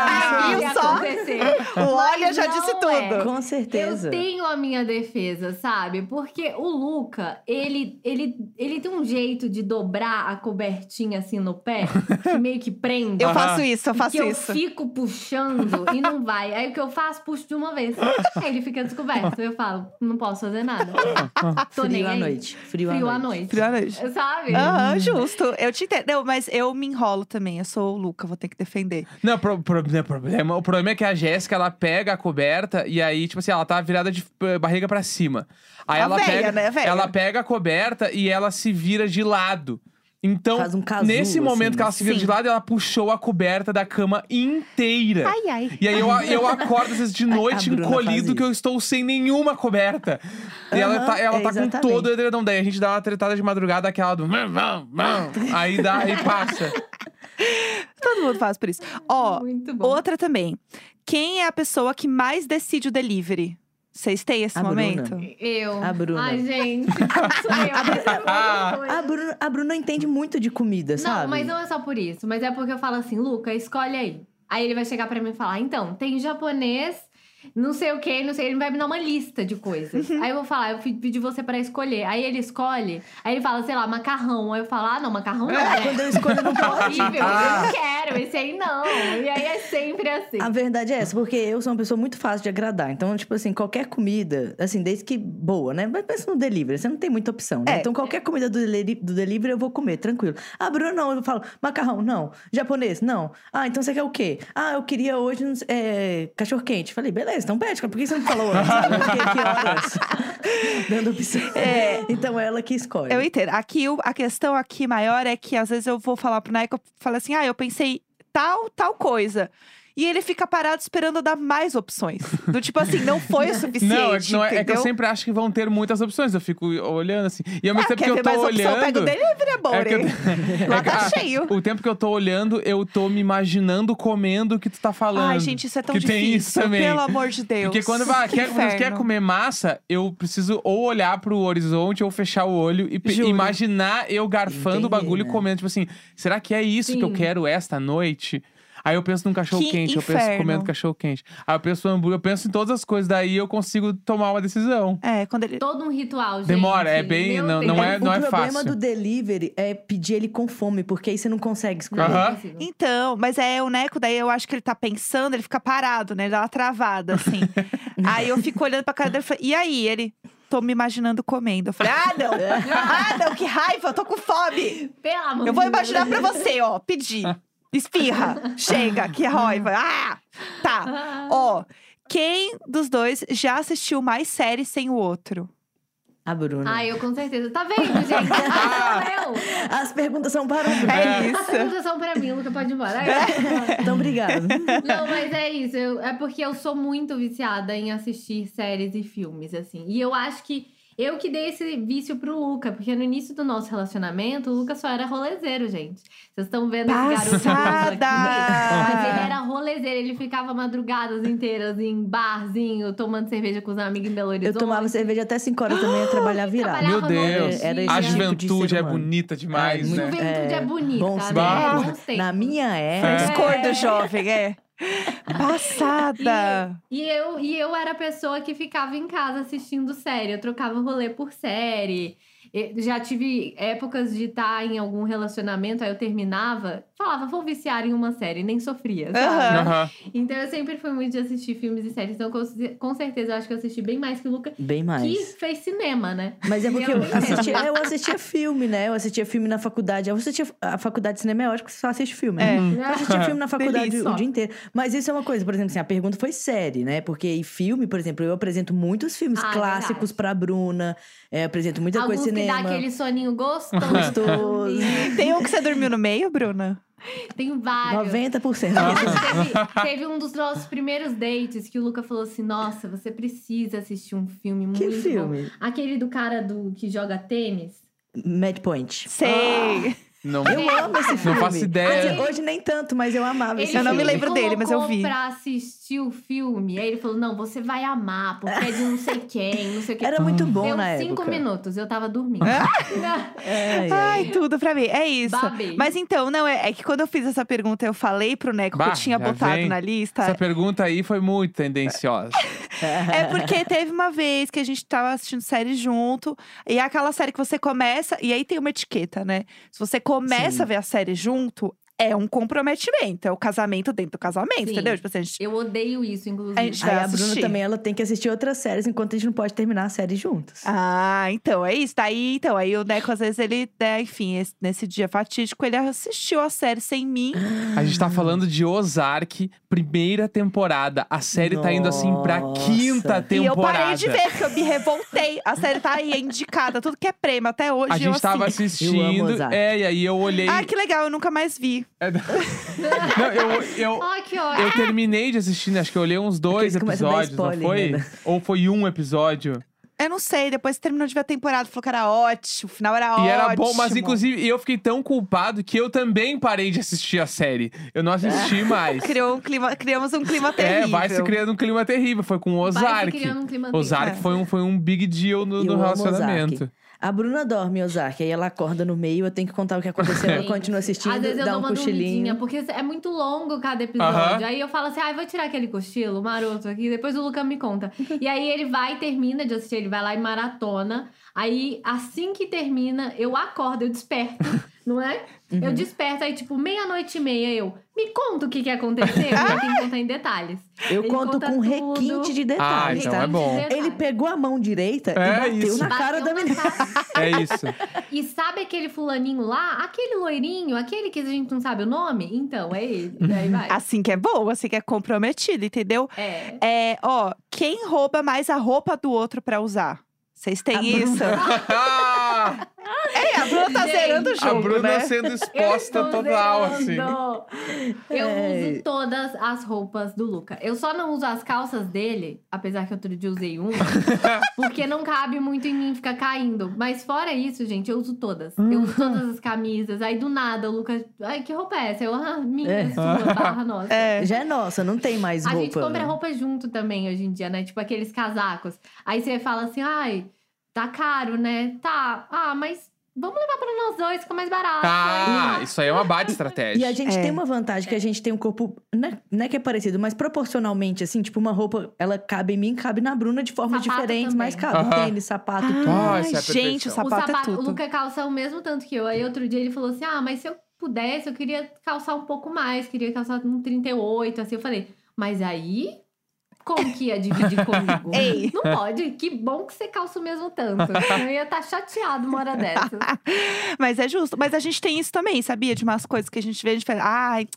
[SPEAKER 1] Ah,
[SPEAKER 3] isso
[SPEAKER 1] viu
[SPEAKER 3] ia
[SPEAKER 1] só?
[SPEAKER 3] acontecer.
[SPEAKER 1] O olha já
[SPEAKER 3] não
[SPEAKER 1] disse
[SPEAKER 3] é.
[SPEAKER 1] tudo.
[SPEAKER 4] Com certeza.
[SPEAKER 3] Eu tenho a minha defesa, sabe? Porque o Luca, ele, ele, ele tem um jeito de dobrar a cobertinha assim no pé, que meio que prende.
[SPEAKER 2] Eu
[SPEAKER 1] Eu
[SPEAKER 2] Aham.
[SPEAKER 1] faço isso, eu faço
[SPEAKER 3] que
[SPEAKER 1] isso.
[SPEAKER 3] eu fico puxando e não vai. Aí o que eu faço, puxo de uma vez. Aí ele fica descoberto. Eu falo, não posso fazer nada. Tô nem
[SPEAKER 4] Frio à
[SPEAKER 3] aí.
[SPEAKER 4] noite. Frio,
[SPEAKER 3] Frio à
[SPEAKER 4] noite.
[SPEAKER 3] noite.
[SPEAKER 1] Prioridade.
[SPEAKER 3] Sabe?
[SPEAKER 1] Aham, justo. Eu te entendo. Não, mas eu me enrolo também. Eu sou o Luca, vou ter que defender.
[SPEAKER 2] Não, pro, pro- não é problema. O problema é que a Jéssica, ela pega a coberta e aí, tipo assim, ela tá virada de eh, barriga pra cima. Aí
[SPEAKER 1] A
[SPEAKER 2] ela
[SPEAKER 1] véia,
[SPEAKER 2] pega,
[SPEAKER 1] né? A véia.
[SPEAKER 2] ela pega a coberta e ela se vira de lado. Então,
[SPEAKER 4] Faz um casulo,
[SPEAKER 2] nesse momento
[SPEAKER 4] assim,
[SPEAKER 2] que ela
[SPEAKER 4] né?
[SPEAKER 2] se vira de
[SPEAKER 1] Sim.
[SPEAKER 2] lado, ela puxou a coberta da cama inteira.
[SPEAKER 1] Ai, ai.
[SPEAKER 2] E aí eu, eu acordo às vezes de noite
[SPEAKER 4] A Bruna faz
[SPEAKER 2] encolhido
[SPEAKER 4] isso.
[SPEAKER 2] que eu estou sem nenhuma coberta. E ela
[SPEAKER 4] Aham,
[SPEAKER 2] tá, ela
[SPEAKER 4] é
[SPEAKER 2] tá com
[SPEAKER 4] exatamente.
[SPEAKER 2] todo o edredom. Daí a gente dá uma tretada de madrugada, aquela do... "Mam, mam, mam". Aí dá, aí passa.
[SPEAKER 1] Todo mundo faz por isso. Ó,
[SPEAKER 3] Muito bom.
[SPEAKER 1] outra também. Quem é a pessoa que mais decide o delivery? Vocês têm esse
[SPEAKER 4] A Bruna.
[SPEAKER 1] momento?
[SPEAKER 3] Eu.
[SPEAKER 4] A Bruna.
[SPEAKER 3] Ai, gente. Sou eu.
[SPEAKER 4] A Bruna, a Bruna entende muito de comida, sabe?
[SPEAKER 3] Não, mas não é só por isso. Mas é porque eu falo assim, Luca, escolhe aí. Aí ele vai chegar pra mim e falar, então, tem japonês, não sei o que, não sei. Ele vai me dar uma lista de coisas. aí eu vou falar, eu fi- pedi você pra escolher. Aí ele escolhe, aí ele fala, sei lá, macarrão. Aí eu falo, ah, não, macarrão não, né?
[SPEAKER 4] É, Quando eu escolho, eu não
[SPEAKER 3] Tá
[SPEAKER 4] posso.
[SPEAKER 3] horrível, eu não quero, esse aí não. E aí é sempre assim.
[SPEAKER 4] A verdade é essa, porque eu sou uma pessoa muito fácil de agradar. Então, tipo assim, qualquer comida, assim, desde que boa, né? Mas pensa no delivery, você não tem muita opção, né?
[SPEAKER 1] É.
[SPEAKER 4] Então, qualquer comida do, deli- do delivery eu vou comer, tranquilo. Ah, Bruno, não, eu falo, macarrão, não. Japonês, não. Ah, então você quer o quê? Ah, eu queria hoje não sei, é, cachorro-quente. Falei, beleza, então pede, por que você não falou antes? Eu fiquei aqui horas dando opção.
[SPEAKER 3] É.
[SPEAKER 4] Então, ela que escolhe.
[SPEAKER 1] Eu entendo. Aqui, o- a questão aqui maior é que às vezes eu vou falar pro Nike, eu falo assim, ah, eu pensei tal, tal coisa. E ele fica parado esperando eu dar mais opções. Do tipo assim, não foi o suficiente,
[SPEAKER 2] Não, é, que- não é, é que eu
[SPEAKER 1] entendeu?
[SPEAKER 2] sempre acho que vão ter muitas opções. Eu fico olhando assim. E ao mesmo
[SPEAKER 1] Ah,
[SPEAKER 2] tempo
[SPEAKER 1] quer
[SPEAKER 2] que eu
[SPEAKER 1] ver
[SPEAKER 2] tô
[SPEAKER 1] mais
[SPEAKER 2] olhando.
[SPEAKER 1] opção? Pega o delivery, amor.
[SPEAKER 2] é que eu-
[SPEAKER 1] Lá
[SPEAKER 2] é que-
[SPEAKER 1] tá
[SPEAKER 2] ah,
[SPEAKER 1] cheio.
[SPEAKER 2] O tempo que eu tô olhando, eu tô me imaginando comendo o que tu tá falando.
[SPEAKER 1] Ai, gente, isso é tão
[SPEAKER 2] que
[SPEAKER 1] difícil.
[SPEAKER 2] Tem isso também.
[SPEAKER 1] Pelo amor de Deus.
[SPEAKER 2] Porque quando vai,
[SPEAKER 1] Que
[SPEAKER 2] quer, quando quer
[SPEAKER 1] inferno.
[SPEAKER 2] comer massa, eu preciso ou olhar pro horizonte ou fechar o olho e pe-
[SPEAKER 1] Juro.
[SPEAKER 2] imaginar eu garfando o
[SPEAKER 4] Entender,
[SPEAKER 2] bagulho e
[SPEAKER 4] né?
[SPEAKER 2] comendo. Tipo assim, será que é isso que eu
[SPEAKER 3] Sim.
[SPEAKER 2] quero esta noite? Aí eu penso num cachorro quente, eu penso
[SPEAKER 1] inferno.
[SPEAKER 2] comendo cachorro quente. Aí eu penso no hambúrguer, eu penso em todas as coisas, daí eu consigo tomar uma decisão.
[SPEAKER 1] É, quando ele.
[SPEAKER 3] Todo um ritual, gente.
[SPEAKER 2] Demora, é bem-
[SPEAKER 3] Meu
[SPEAKER 2] não-
[SPEAKER 3] Deus.
[SPEAKER 2] não é-
[SPEAKER 4] o problema
[SPEAKER 2] fácil.
[SPEAKER 4] do delivery é pedir ele com fome, porque aí você não consegue escolher.
[SPEAKER 2] Aham.
[SPEAKER 3] impossível.
[SPEAKER 1] Então, mas é o Neco, daí eu acho que ele tá pensando, ele fica parado, né? Ele dá uma travada, assim. aí eu fico olhando pra cara dele e falei, e aí? Ele, tô me imaginando comendo. Eu falei, ah, não! ah, não, que raiva, eu tô com fome!
[SPEAKER 3] Pelo amor
[SPEAKER 1] Eu vou
[SPEAKER 3] de Deus.
[SPEAKER 1] imaginar pra você, ó, pedir. Espirra, chega, que raiva. Ah! Tá.
[SPEAKER 3] Ah.
[SPEAKER 1] Ó, quem dos dois já assistiu mais série sem o outro?
[SPEAKER 4] A Ah, Bruna.
[SPEAKER 3] Ai, eu com certeza. Tá vendo, gente? Ah, sou eu.
[SPEAKER 4] As perguntas são para o Bruno.
[SPEAKER 1] É
[SPEAKER 3] As
[SPEAKER 1] isso.
[SPEAKER 3] perguntas são pra mim, o Luca pode ir embora. Ai,
[SPEAKER 4] Então, obrigado.
[SPEAKER 3] Não, mas é isso. eu- é porque eu sou muito viciada em assistir séries e filmes, assim. E eu acho que eu que dei esse vício pro Luca, porque no início do nosso relacionamento, o Luca só era rolezeiro, gente. Vocês estão vendo esse garoto
[SPEAKER 1] Passada!
[SPEAKER 3] aqui? Mas ele era rolezeiro, ele ficava madrugadas inteiras em barzinho, tomando cerveja com os amigos em Belo Horizonte.
[SPEAKER 4] Eu tomava cerveja até 5 horas da manhã, trabalhar virado.
[SPEAKER 3] Trabalhava
[SPEAKER 2] Meu Deus,
[SPEAKER 3] noite.
[SPEAKER 4] Era esse
[SPEAKER 2] a
[SPEAKER 4] tipo de
[SPEAKER 2] juventude
[SPEAKER 4] ser
[SPEAKER 2] é
[SPEAKER 4] humano.
[SPEAKER 2] bonita demais,
[SPEAKER 4] Ai,
[SPEAKER 2] né?
[SPEAKER 4] muito
[SPEAKER 3] Juventude é, bonita,
[SPEAKER 4] Bons
[SPEAKER 3] né?
[SPEAKER 2] tempos.
[SPEAKER 3] Bons tempos.
[SPEAKER 4] Na minha
[SPEAKER 2] É.
[SPEAKER 4] época,
[SPEAKER 1] As cor do jovem, é. Passada!
[SPEAKER 3] E eu, e eu era a pessoa que ficava em casa assistindo série. Eu trocava rolê por série. E Já tive épocas de estar em algum relacionamento, aí eu terminava, falava, vou viciar em uma série, nem sofria, sabe?
[SPEAKER 1] Aham.
[SPEAKER 2] Aham.
[SPEAKER 3] Então eu sempre fui muito de assistir filmes e séries, então com, ce- com certeza eu acho que eu assisti bem mais que o Luca,
[SPEAKER 4] bem
[SPEAKER 3] que
[SPEAKER 4] mais.
[SPEAKER 3] fez cinema, né?
[SPEAKER 4] Mas é porque
[SPEAKER 3] Eu
[SPEAKER 4] eu
[SPEAKER 3] nem
[SPEAKER 4] assistia, eu assistia filme, né? Eu assistia filme na faculdade. Eu assistia a faculdade de cinema é ótimo que você só assiste filme, né?
[SPEAKER 1] É.
[SPEAKER 4] Eu assistia filme na faculdade
[SPEAKER 1] Delícia.
[SPEAKER 4] o dia inteiro. Mas isso é uma coisa, por exemplo, assim, a pergunta foi série, né? Porque em filme, por exemplo, eu apresento muitos filmes
[SPEAKER 3] Ah, é
[SPEAKER 4] clássicos
[SPEAKER 3] verdade.
[SPEAKER 4] pra Bruna. é, apresento muita
[SPEAKER 3] Alguns
[SPEAKER 4] coisa de
[SPEAKER 3] que dá
[SPEAKER 4] cinema.
[SPEAKER 3] aquele soninho gostoso.
[SPEAKER 4] Gostoso.
[SPEAKER 1] Tem um que você dormiu no meio, Bruna?
[SPEAKER 3] Tem vários.
[SPEAKER 4] 90%.
[SPEAKER 3] assim, Teve, teve um dos nossos primeiros dates que o Luca falou assim: Nossa, você precisa assistir um filme muito
[SPEAKER 4] Que
[SPEAKER 3] bom."
[SPEAKER 4] é filme?
[SPEAKER 3] Aquele do cara do que joga tênis.
[SPEAKER 4] Mad Point.
[SPEAKER 1] Sei.
[SPEAKER 2] Não,
[SPEAKER 4] Eu amo esse filme.
[SPEAKER 2] faço ideia.
[SPEAKER 4] Assim, hoje nem tanto, mas eu amava esse
[SPEAKER 1] Ah,
[SPEAKER 3] é
[SPEAKER 1] Eu não me
[SPEAKER 4] filme.
[SPEAKER 1] lembro dele, mas eu
[SPEAKER 3] colocou
[SPEAKER 1] vi.
[SPEAKER 3] pra assistir o filme. Aí ele falou: não, você vai amar, porque é de não sei quem, não sei o que.
[SPEAKER 4] Era muito bom
[SPEAKER 3] Deu
[SPEAKER 4] na
[SPEAKER 3] cinco
[SPEAKER 4] época.
[SPEAKER 3] minutos, eu tava dormindo.
[SPEAKER 4] Ai, ai.
[SPEAKER 1] Ai, tudo pra mim. É isso.
[SPEAKER 3] Babei.
[SPEAKER 1] Mas então, não, é, é que quando eu fiz essa pergunta, eu falei pro Neco que
[SPEAKER 2] Bah,
[SPEAKER 1] eu tinha
[SPEAKER 2] já
[SPEAKER 1] botado
[SPEAKER 2] vem.
[SPEAKER 1] na lista.
[SPEAKER 2] Essa pergunta aí foi muito tendenciosa.
[SPEAKER 1] É porque teve uma vez que a gente tava assistindo série junto. E é aquela série que você começa. E aí tem uma etiqueta, né? Se você começa
[SPEAKER 4] Sim.
[SPEAKER 1] a ver a série junto, é um comprometimento. É o casamento dentro do casamento,
[SPEAKER 3] Sim.
[SPEAKER 1] entendeu? Tipo assim, a gente-
[SPEAKER 3] Eu odeio isso, inclusive.
[SPEAKER 1] A gente tá- vai
[SPEAKER 4] Aí a Bruna
[SPEAKER 1] assistir.
[SPEAKER 4] também, ela tem que assistir outras séries, enquanto a gente não pode terminar a série juntos.
[SPEAKER 1] Ah, então é isso. Daí, então, aí o Neco, às vezes, ele, né, enfim, esse- nesse dia fatídico, ele assistiu a série sem mim.
[SPEAKER 2] A gente tá falando de Ozark, primeira temporada. A série tá indo assim pra
[SPEAKER 4] Nossa.
[SPEAKER 2] quinta temporada.
[SPEAKER 1] E eu parei de ver, porque eu me revoltei. A série tá aí, é indicada, tudo que é prêmio. Até hoje
[SPEAKER 2] A
[SPEAKER 1] eu
[SPEAKER 2] gente
[SPEAKER 1] assim.
[SPEAKER 2] tava assistindo.
[SPEAKER 4] Eu amo Ozark.
[SPEAKER 2] é, e aí eu olhei.
[SPEAKER 1] Ah, que legal, eu nunca mais vi.
[SPEAKER 2] Não, eu, eu,
[SPEAKER 3] Ai, que ódio.
[SPEAKER 1] Ah.
[SPEAKER 2] eu terminei de assistir, né? Acho que eu olhei
[SPEAKER 1] É
[SPEAKER 2] uns dois
[SPEAKER 4] Aqueles que começam a dar
[SPEAKER 2] episódios, não
[SPEAKER 4] spoiler,
[SPEAKER 2] foi?
[SPEAKER 4] né?
[SPEAKER 2] Ou foi um episódio.
[SPEAKER 1] Eu não sei, depois que terminou de ver a temporada, falou que era ótimo, o final era ótimo.
[SPEAKER 2] E era bom, mas inclusive eu fiquei tão culpado que eu também parei de assistir a série. Eu não assisti mais.
[SPEAKER 1] Criou um clima, criamos um clima
[SPEAKER 2] É,
[SPEAKER 1] terrível.
[SPEAKER 2] vai se criando um clima terrível. Foi com
[SPEAKER 3] Vai se
[SPEAKER 2] Ozark.
[SPEAKER 3] criando um clima
[SPEAKER 2] Ozark
[SPEAKER 1] terrível.
[SPEAKER 2] foi um, foi um big deal no,
[SPEAKER 4] Eu
[SPEAKER 2] no
[SPEAKER 4] amo
[SPEAKER 2] relacionamento.
[SPEAKER 4] Ozark. A Bruna dorme em Ozark, aí ela acorda no meio, Então, eu tenho que contar o que aconteceu, ela
[SPEAKER 3] Sim.
[SPEAKER 4] continua assistindo,
[SPEAKER 3] Às vezes eu
[SPEAKER 4] dá
[SPEAKER 3] dou
[SPEAKER 4] um
[SPEAKER 3] uma dormidinha,
[SPEAKER 4] cochilinho.
[SPEAKER 3] porque é muito longo cada episódio.
[SPEAKER 2] Aham.
[SPEAKER 3] Aí eu falo assim, ai, vou tirar aquele cochilo maroto aqui, depois o Luca me conta. e aí ele vai e termina de assistir, ele vai lá e maratona. Aí, assim que termina, eu acordo, eu desperto, não é?
[SPEAKER 4] Uhum.
[SPEAKER 3] Eu desperto, aí tipo, meia-noite e meia, eu, me conta o que, que aconteceu, já tem que contar em detalhes.
[SPEAKER 4] Eu
[SPEAKER 3] Ele
[SPEAKER 4] conto
[SPEAKER 3] conta
[SPEAKER 4] com um
[SPEAKER 3] tudo.
[SPEAKER 4] requinte de
[SPEAKER 2] Ah,
[SPEAKER 4] detalhes,
[SPEAKER 2] então
[SPEAKER 4] tá?
[SPEAKER 2] é bom.
[SPEAKER 3] Requinte de
[SPEAKER 4] Ele
[SPEAKER 3] detalhes.
[SPEAKER 4] pegou a mão direita
[SPEAKER 2] É
[SPEAKER 4] e bateu
[SPEAKER 2] isso.
[SPEAKER 4] na
[SPEAKER 3] Bateu
[SPEAKER 4] cara
[SPEAKER 3] na
[SPEAKER 4] da menina.
[SPEAKER 2] É isso.
[SPEAKER 3] E sabe aquele fulaninho lá? Aquele loirinho, aquele que a gente não sabe o nome? Então, é ele. Daí vai.
[SPEAKER 1] Assim que é bom, assim que é comprometido, entendeu?
[SPEAKER 3] É.
[SPEAKER 1] É, ó, quem rouba mais a roupa do outro pra usar? Vocês têm
[SPEAKER 4] A Bruna.
[SPEAKER 1] isso? É, a Bruna tá
[SPEAKER 3] Gente,
[SPEAKER 1] zerando o
[SPEAKER 2] a
[SPEAKER 1] jogo,
[SPEAKER 2] Bruna
[SPEAKER 1] né?
[SPEAKER 2] sendo
[SPEAKER 3] Eu
[SPEAKER 2] exposta
[SPEAKER 3] estou
[SPEAKER 2] total, assim.
[SPEAKER 3] zerando. Eu
[SPEAKER 4] É.
[SPEAKER 3] uso todas as roupas do Luca. Eu só não uso as calças dele, apesar que outro dia usei uma, porque não cabe muito em mim, fica caindo. Mas fora isso, gente, eu uso todas. Eu uso
[SPEAKER 4] Hum.
[SPEAKER 3] todas as camisas. Aí do nada o Luca, ai, que roupa é essa? Eu, ah, minha,
[SPEAKER 4] É.
[SPEAKER 3] sua, barra nossa.
[SPEAKER 1] É.
[SPEAKER 4] Já é nossa, não tem mais
[SPEAKER 3] A
[SPEAKER 4] roupa.
[SPEAKER 3] gente compra
[SPEAKER 4] né?
[SPEAKER 3] roupa junto também hoje em dia, né? Tipo aqueles casacos. Aí você fala assim, ai, tá caro, né? Tá. Ah, mas vamos levar pra nós dois, fica mais barato.
[SPEAKER 2] Ah,
[SPEAKER 4] Tá.
[SPEAKER 3] Aí,
[SPEAKER 2] isso aí é uma baita
[SPEAKER 4] E a
[SPEAKER 2] estratégia.
[SPEAKER 4] gente
[SPEAKER 1] É.
[SPEAKER 4] tem uma vantagem que a gente tem um corpo, não é, não é que é parecido, mas proporcionalmente, assim, tipo, uma roupa, ela cabe em mim, cabe na Bruna de formas
[SPEAKER 3] Sapato
[SPEAKER 4] diferentes, mas
[SPEAKER 3] também.
[SPEAKER 4] cabe
[SPEAKER 2] Aham.
[SPEAKER 4] tênis, sapato, tudo.
[SPEAKER 1] Ai,
[SPEAKER 2] isso é
[SPEAKER 1] gente, o
[SPEAKER 2] perfeição.
[SPEAKER 4] Tá
[SPEAKER 3] o,
[SPEAKER 1] sapato,
[SPEAKER 3] sapato,
[SPEAKER 1] é
[SPEAKER 3] o
[SPEAKER 1] tudo.
[SPEAKER 3] Luca calça o mesmo tanto que eu. Aí outro dia ele falou assim: Ah, mas se eu pudesse, eu queria calçar um pouco mais, queria calçar um 38, assim. Eu falei, mas aí. Como que ia dividir comigo?
[SPEAKER 1] Ei.
[SPEAKER 3] Não pode. Que bom que você calça o mesmo tanto. Eu ia estar chateado uma hora dessa.
[SPEAKER 1] Mas é justo. Mas a gente tem isso também, sabia? De umas coisas que a gente vê, a gente fala, ai,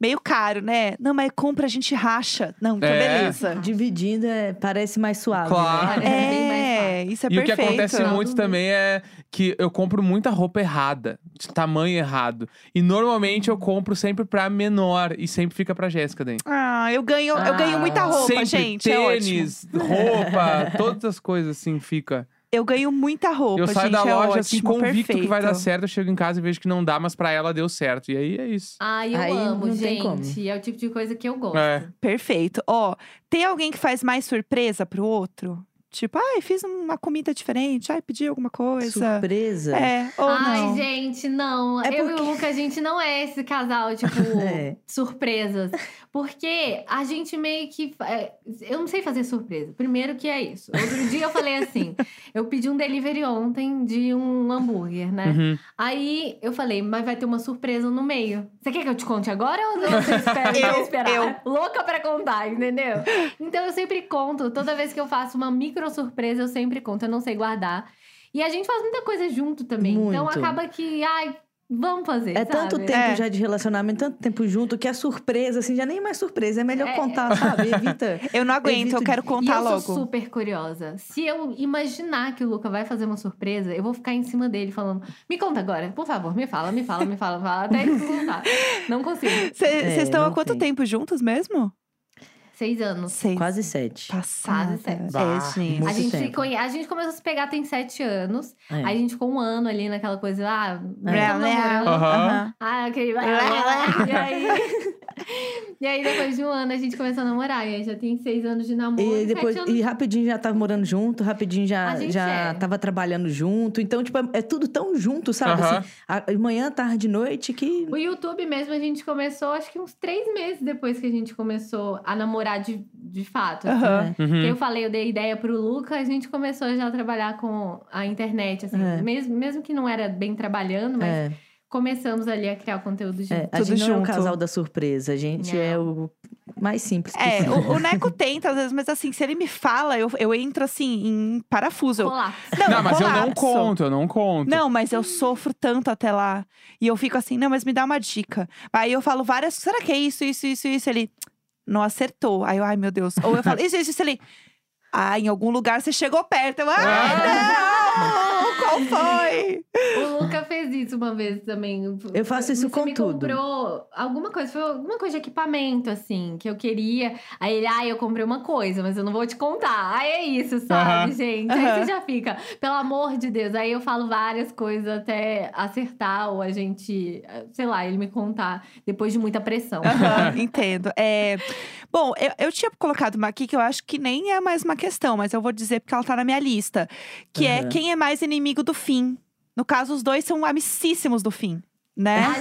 [SPEAKER 1] meio caro, né? Não, mas compra, a gente racha. Não, então
[SPEAKER 2] É.
[SPEAKER 1] beleza.
[SPEAKER 4] Dividindo é, parece mais suave.
[SPEAKER 2] Claro.
[SPEAKER 4] Né?
[SPEAKER 3] É, bem mais
[SPEAKER 1] É, isso é
[SPEAKER 2] e o que
[SPEAKER 1] perfeito.
[SPEAKER 2] acontece
[SPEAKER 3] Não,
[SPEAKER 2] muito
[SPEAKER 3] não-
[SPEAKER 2] também é que eu compro muita roupa errada, de tamanho errado. E normalmente eu compro sempre pra menor e sempre fica pra Jéssica daí.
[SPEAKER 1] Ah, eu ganho, eu
[SPEAKER 4] Ah.
[SPEAKER 1] ganho muita roupa,
[SPEAKER 2] sempre
[SPEAKER 1] gente. é ótimo.
[SPEAKER 2] tênis, roupa, todas as coisas assim fica.
[SPEAKER 1] Eu ganho muita roupa,
[SPEAKER 2] eu
[SPEAKER 1] gente.
[SPEAKER 2] saio da
[SPEAKER 1] é
[SPEAKER 2] loja
[SPEAKER 1] ótimo,
[SPEAKER 2] assim convicto
[SPEAKER 1] perfeito.
[SPEAKER 2] que vai dar certo, eu chego em casa e vejo que não dá, mas pra ela deu certo. E aí é isso.
[SPEAKER 3] Ai, eu
[SPEAKER 4] Aí
[SPEAKER 3] amo,
[SPEAKER 4] não tem
[SPEAKER 3] gente.
[SPEAKER 4] como.
[SPEAKER 3] É o tipo de coisa que eu gosto.
[SPEAKER 2] É.
[SPEAKER 1] Perfeito. Ó, tem alguém que faz mais surpresa pro outro? Tipo, ai, fiz uma comida diferente, ai, pedi alguma coisa.
[SPEAKER 4] Surpresa.
[SPEAKER 1] É, ou
[SPEAKER 3] Ai,
[SPEAKER 1] não.
[SPEAKER 3] gente, não.
[SPEAKER 4] É
[SPEAKER 3] eu e
[SPEAKER 4] porque-
[SPEAKER 3] o Luca, a gente não é esse casal, tipo,
[SPEAKER 4] É.
[SPEAKER 3] surpresas. Porque a gente meio que. fa- é, Eu não sei fazer surpresa. Primeiro que é isso. Outro dia eu falei assim: eu pedi um delivery ontem de um hambúrguer, né?
[SPEAKER 2] Uhum.
[SPEAKER 3] Aí eu falei, mas vai ter uma surpresa no meio. Você quer que eu te conte agora ou você espera pra
[SPEAKER 1] Eu,
[SPEAKER 3] esperar?
[SPEAKER 1] eu.
[SPEAKER 3] Louca pra contar, entendeu? Então eu sempre conto. Toda vez que eu faço uma micro surpresa, eu sempre conto. Eu não sei guardar. E a gente faz muita coisa junto também. Então
[SPEAKER 4] Muito.
[SPEAKER 3] acaba que, ai, vamos fazer.
[SPEAKER 4] É tanto
[SPEAKER 3] sabe?
[SPEAKER 4] tempo
[SPEAKER 1] É.
[SPEAKER 4] já de relacionamento, tanto tempo junto, que a surpresa, assim, já nem é mais surpresa. É melhor
[SPEAKER 3] É.
[SPEAKER 4] contar, sabe? Evita.
[SPEAKER 1] Eu não aguento,
[SPEAKER 4] Evito
[SPEAKER 1] eu quero
[SPEAKER 3] e
[SPEAKER 1] contar
[SPEAKER 3] eu
[SPEAKER 1] logo.
[SPEAKER 3] sou super curiosa. Se eu imaginar que o Luca vai fazer uma surpresa, eu vou ficar em cima dele falando: me conta agora, por favor, me fala, me fala, me fala, me fala até ele contar. Não consigo.
[SPEAKER 1] Vocês
[SPEAKER 4] É,
[SPEAKER 1] estão há
[SPEAKER 4] não
[SPEAKER 1] quanto
[SPEAKER 4] tem.
[SPEAKER 1] tempo juntos mesmo?
[SPEAKER 3] Seis anos.
[SPEAKER 1] Seis.
[SPEAKER 4] Quase sete.
[SPEAKER 1] Passada.
[SPEAKER 3] Quase sete.
[SPEAKER 2] Bah,
[SPEAKER 1] É, gente.
[SPEAKER 3] A
[SPEAKER 4] muito
[SPEAKER 3] gente, se
[SPEAKER 4] tempo.
[SPEAKER 3] conhe... a gente começou a se pegar tem sete anos. Aí
[SPEAKER 4] É.
[SPEAKER 3] a gente ficou um ano ali naquela coisa lá. Ah,
[SPEAKER 1] Blá, blá.
[SPEAKER 3] tamo namorando.
[SPEAKER 2] Aham.
[SPEAKER 1] Aham.
[SPEAKER 3] Ah, aquele. E aí. e aí, depois de um ano, a gente começou a namorar. E aí já tem seis anos de namoro.
[SPEAKER 4] É. E
[SPEAKER 3] sete
[SPEAKER 4] depois,
[SPEAKER 3] anos
[SPEAKER 4] e rapidinho já tava morando junto, rapidinho
[SPEAKER 3] A
[SPEAKER 4] já,
[SPEAKER 3] gente
[SPEAKER 4] já
[SPEAKER 3] é.
[SPEAKER 4] tava trabalhando junto. Então, tipo, é, é tudo tão junto, sabe?
[SPEAKER 2] Aham.
[SPEAKER 4] Assim, a- manhã, tarde, noite, que.
[SPEAKER 3] O YouTube mesmo a gente começou, acho que uns três meses depois que a gente começou a namorar de, de fato. assim.
[SPEAKER 1] Aham.
[SPEAKER 4] É.
[SPEAKER 2] Uhum.
[SPEAKER 3] Que Eu falei, eu dei ideia pro Luca, a gente começou já a trabalhar com a internet, assim.
[SPEAKER 4] É.
[SPEAKER 3] Mesmo, mesmo que não era bem trabalhando, mas
[SPEAKER 4] É,
[SPEAKER 3] começamos ali a criar o conteúdo de...
[SPEAKER 4] é. A
[SPEAKER 1] Tudo
[SPEAKER 4] gente não é o
[SPEAKER 1] junto.
[SPEAKER 4] casal da surpresa, a gente é o mais simples.
[SPEAKER 1] É,
[SPEAKER 4] possível.
[SPEAKER 1] o, o Neco tenta às vezes, mas assim, se ele me fala, eu, eu entro assim em parafuso. Eu,
[SPEAKER 3] Olá.
[SPEAKER 1] não,
[SPEAKER 2] Não, mas eu não
[SPEAKER 1] colapso.
[SPEAKER 2] conto, eu não conto.
[SPEAKER 1] Não, mas eu sofro tanto até lá. E eu fico assim, não, mas me dá uma dica. Aí eu falo várias, será que é isso, isso, isso, isso? Ele, não acertou. Aí eu, ai meu Deus. Ou eu falo, isso, isso, isso. Ele, ah, em algum lugar você chegou perto. Eu, ai não! Qual foi?
[SPEAKER 3] O Luca fez isso uma vez também.
[SPEAKER 4] Eu faço isso
[SPEAKER 3] Você
[SPEAKER 4] com
[SPEAKER 3] me
[SPEAKER 4] tudo.
[SPEAKER 3] comprou alguma coisa, foi alguma coisa de equipamento, assim, que eu queria. Aí ele, ah, eu comprei uma coisa, mas eu não vou te contar. Aí é isso, sabe,
[SPEAKER 2] Aham.
[SPEAKER 3] gente? Aí
[SPEAKER 1] Aham.
[SPEAKER 3] você já fica, pelo amor de Deus. Aí eu falo várias coisas até acertar ou a gente, sei lá, ele me contar depois de muita pressão.
[SPEAKER 1] Aham, entendo. É, bom, eu, eu tinha colocado uma aqui que eu acho que nem é mais uma questão, mas eu vou dizer porque ela tá na minha lista. Que é
[SPEAKER 4] Aham.
[SPEAKER 1] quem é mais inimigo do fim. No caso, os dois são amicíssimos do fim, né?
[SPEAKER 3] A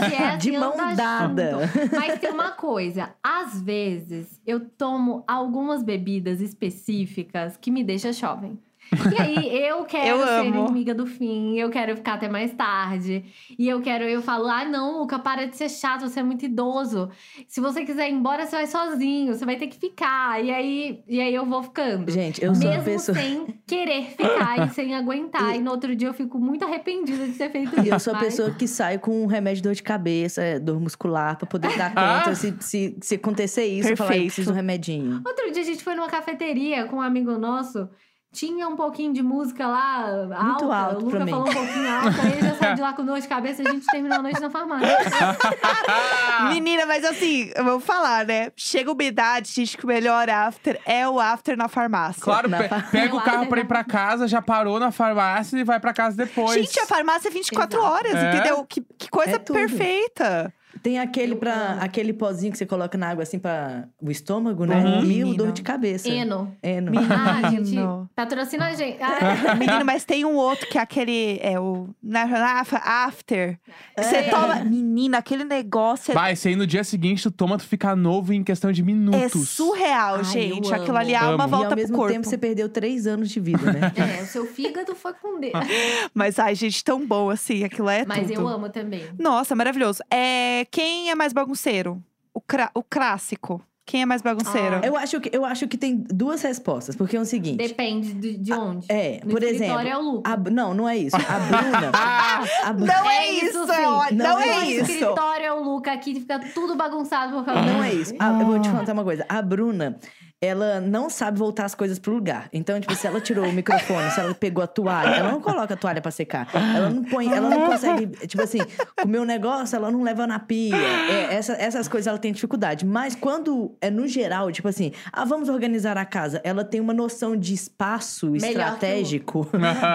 [SPEAKER 3] gente é
[SPEAKER 4] De
[SPEAKER 3] assim,
[SPEAKER 4] mão
[SPEAKER 3] anda
[SPEAKER 4] dada.
[SPEAKER 3] junto. Mas tem uma coisa, às vezes eu tomo algumas bebidas específicas que me deixam jovem. E aí, eu quero
[SPEAKER 1] Eu
[SPEAKER 3] ser
[SPEAKER 1] amo.
[SPEAKER 3] inimiga do fim, eu quero ficar até mais tarde. E eu quero, eu falo, ah, não, Luca, para de ser chato, você é muito idoso. Se você quiser ir embora, você vai sozinho, você vai ter que ficar. E aí, e aí eu vou ficando.
[SPEAKER 4] Gente, eu sou uma
[SPEAKER 3] Mesmo
[SPEAKER 4] pessoa.
[SPEAKER 3] sem querer ficar e sem aguentar. E... no outro dia eu fico muito arrependida de ter feito isso.
[SPEAKER 4] E eu sou a
[SPEAKER 3] mas-
[SPEAKER 4] pessoa que sai com um remédio de dor de cabeça, é, dor muscular, pra poder dar
[SPEAKER 2] Ah!
[SPEAKER 4] conta. Se, se, se acontecer isso, eu falar, eu
[SPEAKER 1] Perfeito.
[SPEAKER 4] preciso de um remedinho.
[SPEAKER 3] Outro dia a gente foi numa cafeteria com um amigo nosso. Tinha um pouquinho de música lá alta.
[SPEAKER 4] Muito alto
[SPEAKER 3] o Luca
[SPEAKER 4] pra mim.
[SPEAKER 3] falou um pouquinho alto. Aí ele já saiu de lá com dor de cabeça. A gente terminou a noite na farmácia.
[SPEAKER 2] Ah.
[SPEAKER 1] Menina, mas assim, eu vou falar, né? Chega uma idade, gente, que o melhor after é o after na farmácia.
[SPEAKER 2] Claro,
[SPEAKER 4] Na
[SPEAKER 2] pe-
[SPEAKER 4] farmácia.
[SPEAKER 2] pega o
[SPEAKER 3] Eu
[SPEAKER 2] carro
[SPEAKER 3] acho
[SPEAKER 2] pra ir pra casa, já parou na farmácia e vai pra casa depois.
[SPEAKER 1] Gente, a farmácia é 24
[SPEAKER 3] Exato.
[SPEAKER 1] horas,
[SPEAKER 2] É.
[SPEAKER 1] entendeu? Que, que coisa
[SPEAKER 4] É tudo.
[SPEAKER 1] perfeita.
[SPEAKER 4] Tem aquele,
[SPEAKER 3] Eu
[SPEAKER 4] pra,
[SPEAKER 3] amo.
[SPEAKER 4] aquele pozinho que você coloca na água, assim, pra o estômago, né?
[SPEAKER 1] Uhum.
[SPEAKER 4] E o
[SPEAKER 1] Menina.
[SPEAKER 4] dor de cabeça. É,
[SPEAKER 3] Eno.
[SPEAKER 4] Eno.
[SPEAKER 3] Ah, gente.
[SPEAKER 1] Menino.
[SPEAKER 3] Patrocina a gente. Ah,
[SPEAKER 1] Menino, mas tem um outro que é aquele. É o. Na na- after. Que você
[SPEAKER 3] É.
[SPEAKER 1] toma. Menina, aquele negócio. é-
[SPEAKER 2] Vai, se aí no dia seguinte tu toma, tu fica novo em questão de
[SPEAKER 1] É
[SPEAKER 2] minutos.
[SPEAKER 1] surreal,
[SPEAKER 3] Ai,
[SPEAKER 1] gente.
[SPEAKER 3] eu
[SPEAKER 1] Aquilo ali é
[SPEAKER 2] amo.
[SPEAKER 1] uma
[SPEAKER 2] E
[SPEAKER 4] E
[SPEAKER 1] volta
[SPEAKER 4] ao
[SPEAKER 1] pro
[SPEAKER 4] mesmo
[SPEAKER 1] corpo.
[SPEAKER 4] tempo você perdeu três anos de vida, né?
[SPEAKER 3] é, o seu fígado foi com Deus.
[SPEAKER 1] Mas, ai, gente, tão bom assim. Aquilo é
[SPEAKER 3] Mas
[SPEAKER 1] tudo.
[SPEAKER 3] eu amo também.
[SPEAKER 1] Nossa, maravilhoso. É, quem é mais bagunceiro? O, cra- o clássico. Quem é mais bagunceiro?
[SPEAKER 3] Ah,
[SPEAKER 4] eu, acho que, eu acho que tem duas respostas, porque é o seguinte.
[SPEAKER 3] Depende de, de onde.
[SPEAKER 4] É,
[SPEAKER 3] No
[SPEAKER 4] por
[SPEAKER 3] escritório
[SPEAKER 4] exemplo.
[SPEAKER 3] é o Luca.
[SPEAKER 4] a- não, não é isso. A Bruna. a Bru-
[SPEAKER 1] Não é
[SPEAKER 3] É
[SPEAKER 1] isso,
[SPEAKER 3] isso,
[SPEAKER 1] é
[SPEAKER 3] sim.
[SPEAKER 1] ótimo. Não,
[SPEAKER 4] Não
[SPEAKER 1] é
[SPEAKER 3] no
[SPEAKER 1] isso.
[SPEAKER 3] escritório é o Luca aqui, fica tudo bagunçado por causa
[SPEAKER 4] Não
[SPEAKER 3] dele.
[SPEAKER 4] é isso. Ah, eu vou te contar uma coisa. A Bruna, ela não sabe voltar as coisas pro lugar. Então, tipo, se ela tirou o microfone, se ela pegou a toalha, ela não coloca a toalha pra secar. Ela não põe, ela não consegue. Tipo assim, o meu negócio, ela não leva na pia. É, essa- essas coisas ela tem dificuldade. Mas quando é no geral, tipo assim, ah, vamos organizar a casa, ela tem uma noção de espaço
[SPEAKER 3] que o outro.
[SPEAKER 4] estratégico.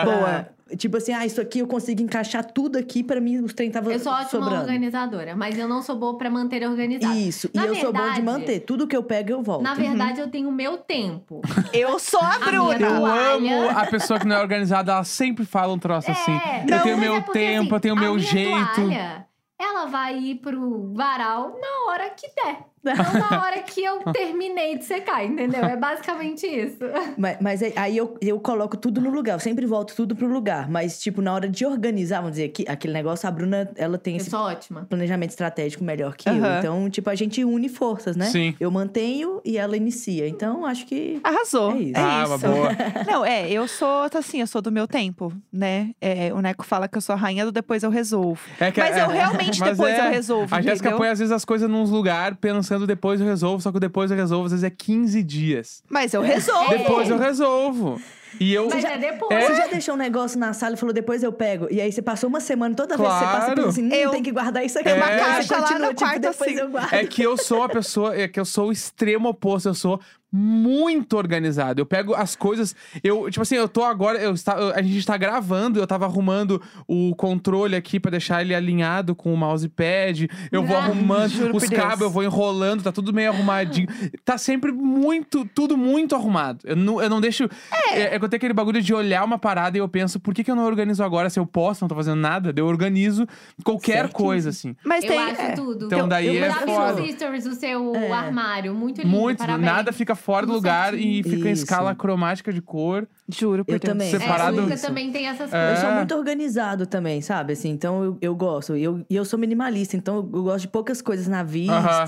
[SPEAKER 4] Boa. Tipo assim, ah, isso aqui eu consigo encaixar tudo aqui, pra mim os trem tava
[SPEAKER 3] Eu sou ótima
[SPEAKER 4] sobrando.
[SPEAKER 3] organizadora, mas eu não sou boa pra manter organizado.
[SPEAKER 4] Isso,
[SPEAKER 3] Na
[SPEAKER 4] e eu sou bom de
[SPEAKER 3] verdade-
[SPEAKER 4] manter. Tudo que eu pego, eu volto.
[SPEAKER 2] Uhum.
[SPEAKER 3] Na verdade, eu tenho o meu tempo.
[SPEAKER 1] Eu sou a Bruna.
[SPEAKER 3] minha
[SPEAKER 2] Eu
[SPEAKER 3] Toalha.
[SPEAKER 2] amo a pessoa que não é organizada, ela sempre fala um troço
[SPEAKER 1] É.
[SPEAKER 2] assim.
[SPEAKER 3] Não,
[SPEAKER 2] eu tenho
[SPEAKER 3] mas
[SPEAKER 2] meu
[SPEAKER 3] é porque,
[SPEAKER 2] tempo,
[SPEAKER 3] assim,
[SPEAKER 2] eu tenho
[SPEAKER 3] a
[SPEAKER 2] meu
[SPEAKER 3] minha
[SPEAKER 2] jeito.
[SPEAKER 3] Toalha, ela vai ir pro varal na hora que der. Não na hora que eu terminei de secar, entendeu? É basicamente isso.
[SPEAKER 4] Mas, mas é, aí- aí eu, eu coloco tudo no lugar, eu sempre volto tudo pro lugar. Mas, tipo, na hora de organizar, vamos dizer, que, aquele negócio, a Bruna, ela tem
[SPEAKER 3] Eu
[SPEAKER 4] esse
[SPEAKER 3] sou ótima.
[SPEAKER 4] planejamento estratégico melhor que eu.
[SPEAKER 1] Aham.
[SPEAKER 4] Então, tipo, a gente une forças, né?
[SPEAKER 2] Sim.
[SPEAKER 4] Eu mantenho e ela inicia. Então, acho que.
[SPEAKER 1] Arrasou.
[SPEAKER 4] É
[SPEAKER 1] É
[SPEAKER 4] isso.
[SPEAKER 1] isso.
[SPEAKER 2] ah, uma boa.
[SPEAKER 1] Não, é, eu sou tá assim, eu sou do meu tempo, né? É, o Neco fala que eu sou a rainha do depois eu resolvo.
[SPEAKER 2] É que-
[SPEAKER 1] Mas eu
[SPEAKER 2] é-
[SPEAKER 1] realmente
[SPEAKER 2] mas
[SPEAKER 1] depois
[SPEAKER 2] é,
[SPEAKER 1] eu resolvo.
[SPEAKER 2] A Jéssica
[SPEAKER 1] entendeu?
[SPEAKER 2] põe, às vezes, as coisas num lugar pensando depois eu resolvo, só que o depois eu resolvo, às vezes é 15 dias.
[SPEAKER 1] Mas eu resolvo.
[SPEAKER 2] Depois eu resolvo. E eu.
[SPEAKER 3] Mas é depois.
[SPEAKER 2] É.
[SPEAKER 4] Você já deixou um negócio na sala e falou, depois eu pego. E aí você passou uma semana, toda vez que você passa
[SPEAKER 2] Claro.
[SPEAKER 4] por assim, não
[SPEAKER 1] Eu-
[SPEAKER 4] tem que guardar isso aqui.
[SPEAKER 1] É.
[SPEAKER 4] Uma
[SPEAKER 1] Uma caixa lá no quarto,
[SPEAKER 4] depois
[SPEAKER 1] assim.
[SPEAKER 4] eu guardo.
[SPEAKER 2] É que eu sou a pessoa, é que eu sou o extremo oposto, eu sou muito organizado. Eu pego as coisas, eu, tipo assim, eu tô agora, eu está, eu- a gente tá gravando, eu tava arrumando o controle aqui pra deixar ele alinhado com o mousepad. Eu vou
[SPEAKER 3] Ah,
[SPEAKER 2] arrumando
[SPEAKER 1] juro
[SPEAKER 2] os
[SPEAKER 1] por Deus.
[SPEAKER 2] cabos, eu vou enrolando, tá tudo meio arrumadinho. Tá sempre muito, tudo muito arrumado. Eu não, eu não deixo é, é que eu tenho aquele bagulho de olhar uma parada e eu penso, por que, que eu não organizo agora se eu posso, não tô fazendo nada? Daí Eu organizo qualquer
[SPEAKER 4] Certíssimo.
[SPEAKER 2] coisa, assim.
[SPEAKER 1] Mas
[SPEAKER 3] Eu
[SPEAKER 1] tem.
[SPEAKER 3] acho
[SPEAKER 1] é,
[SPEAKER 3] tudo.
[SPEAKER 2] Então daí
[SPEAKER 4] eu-
[SPEAKER 2] é
[SPEAKER 3] já vi
[SPEAKER 2] foda.
[SPEAKER 3] nos stories o seu armário,
[SPEAKER 1] é
[SPEAKER 3] muito lindo.
[SPEAKER 2] Muito,
[SPEAKER 3] parabéns.
[SPEAKER 2] nada fica fora do
[SPEAKER 3] Tudo
[SPEAKER 2] lugar e
[SPEAKER 4] certinho.
[SPEAKER 2] fica em
[SPEAKER 4] Isso.
[SPEAKER 2] escala cromática de cor.
[SPEAKER 1] Juro por
[SPEAKER 4] Eu
[SPEAKER 1] Deus.
[SPEAKER 4] também.
[SPEAKER 3] É,
[SPEAKER 2] separado. um
[SPEAKER 3] o Luca
[SPEAKER 2] Isso.
[SPEAKER 3] também tem essas
[SPEAKER 2] É.
[SPEAKER 4] Eu
[SPEAKER 3] coisas.
[SPEAKER 4] sou muito organizado também, sabe? Assim, então eu, eu gosto. E eu, e eu sou minimalista, então eu gosto de poucas coisas na vista.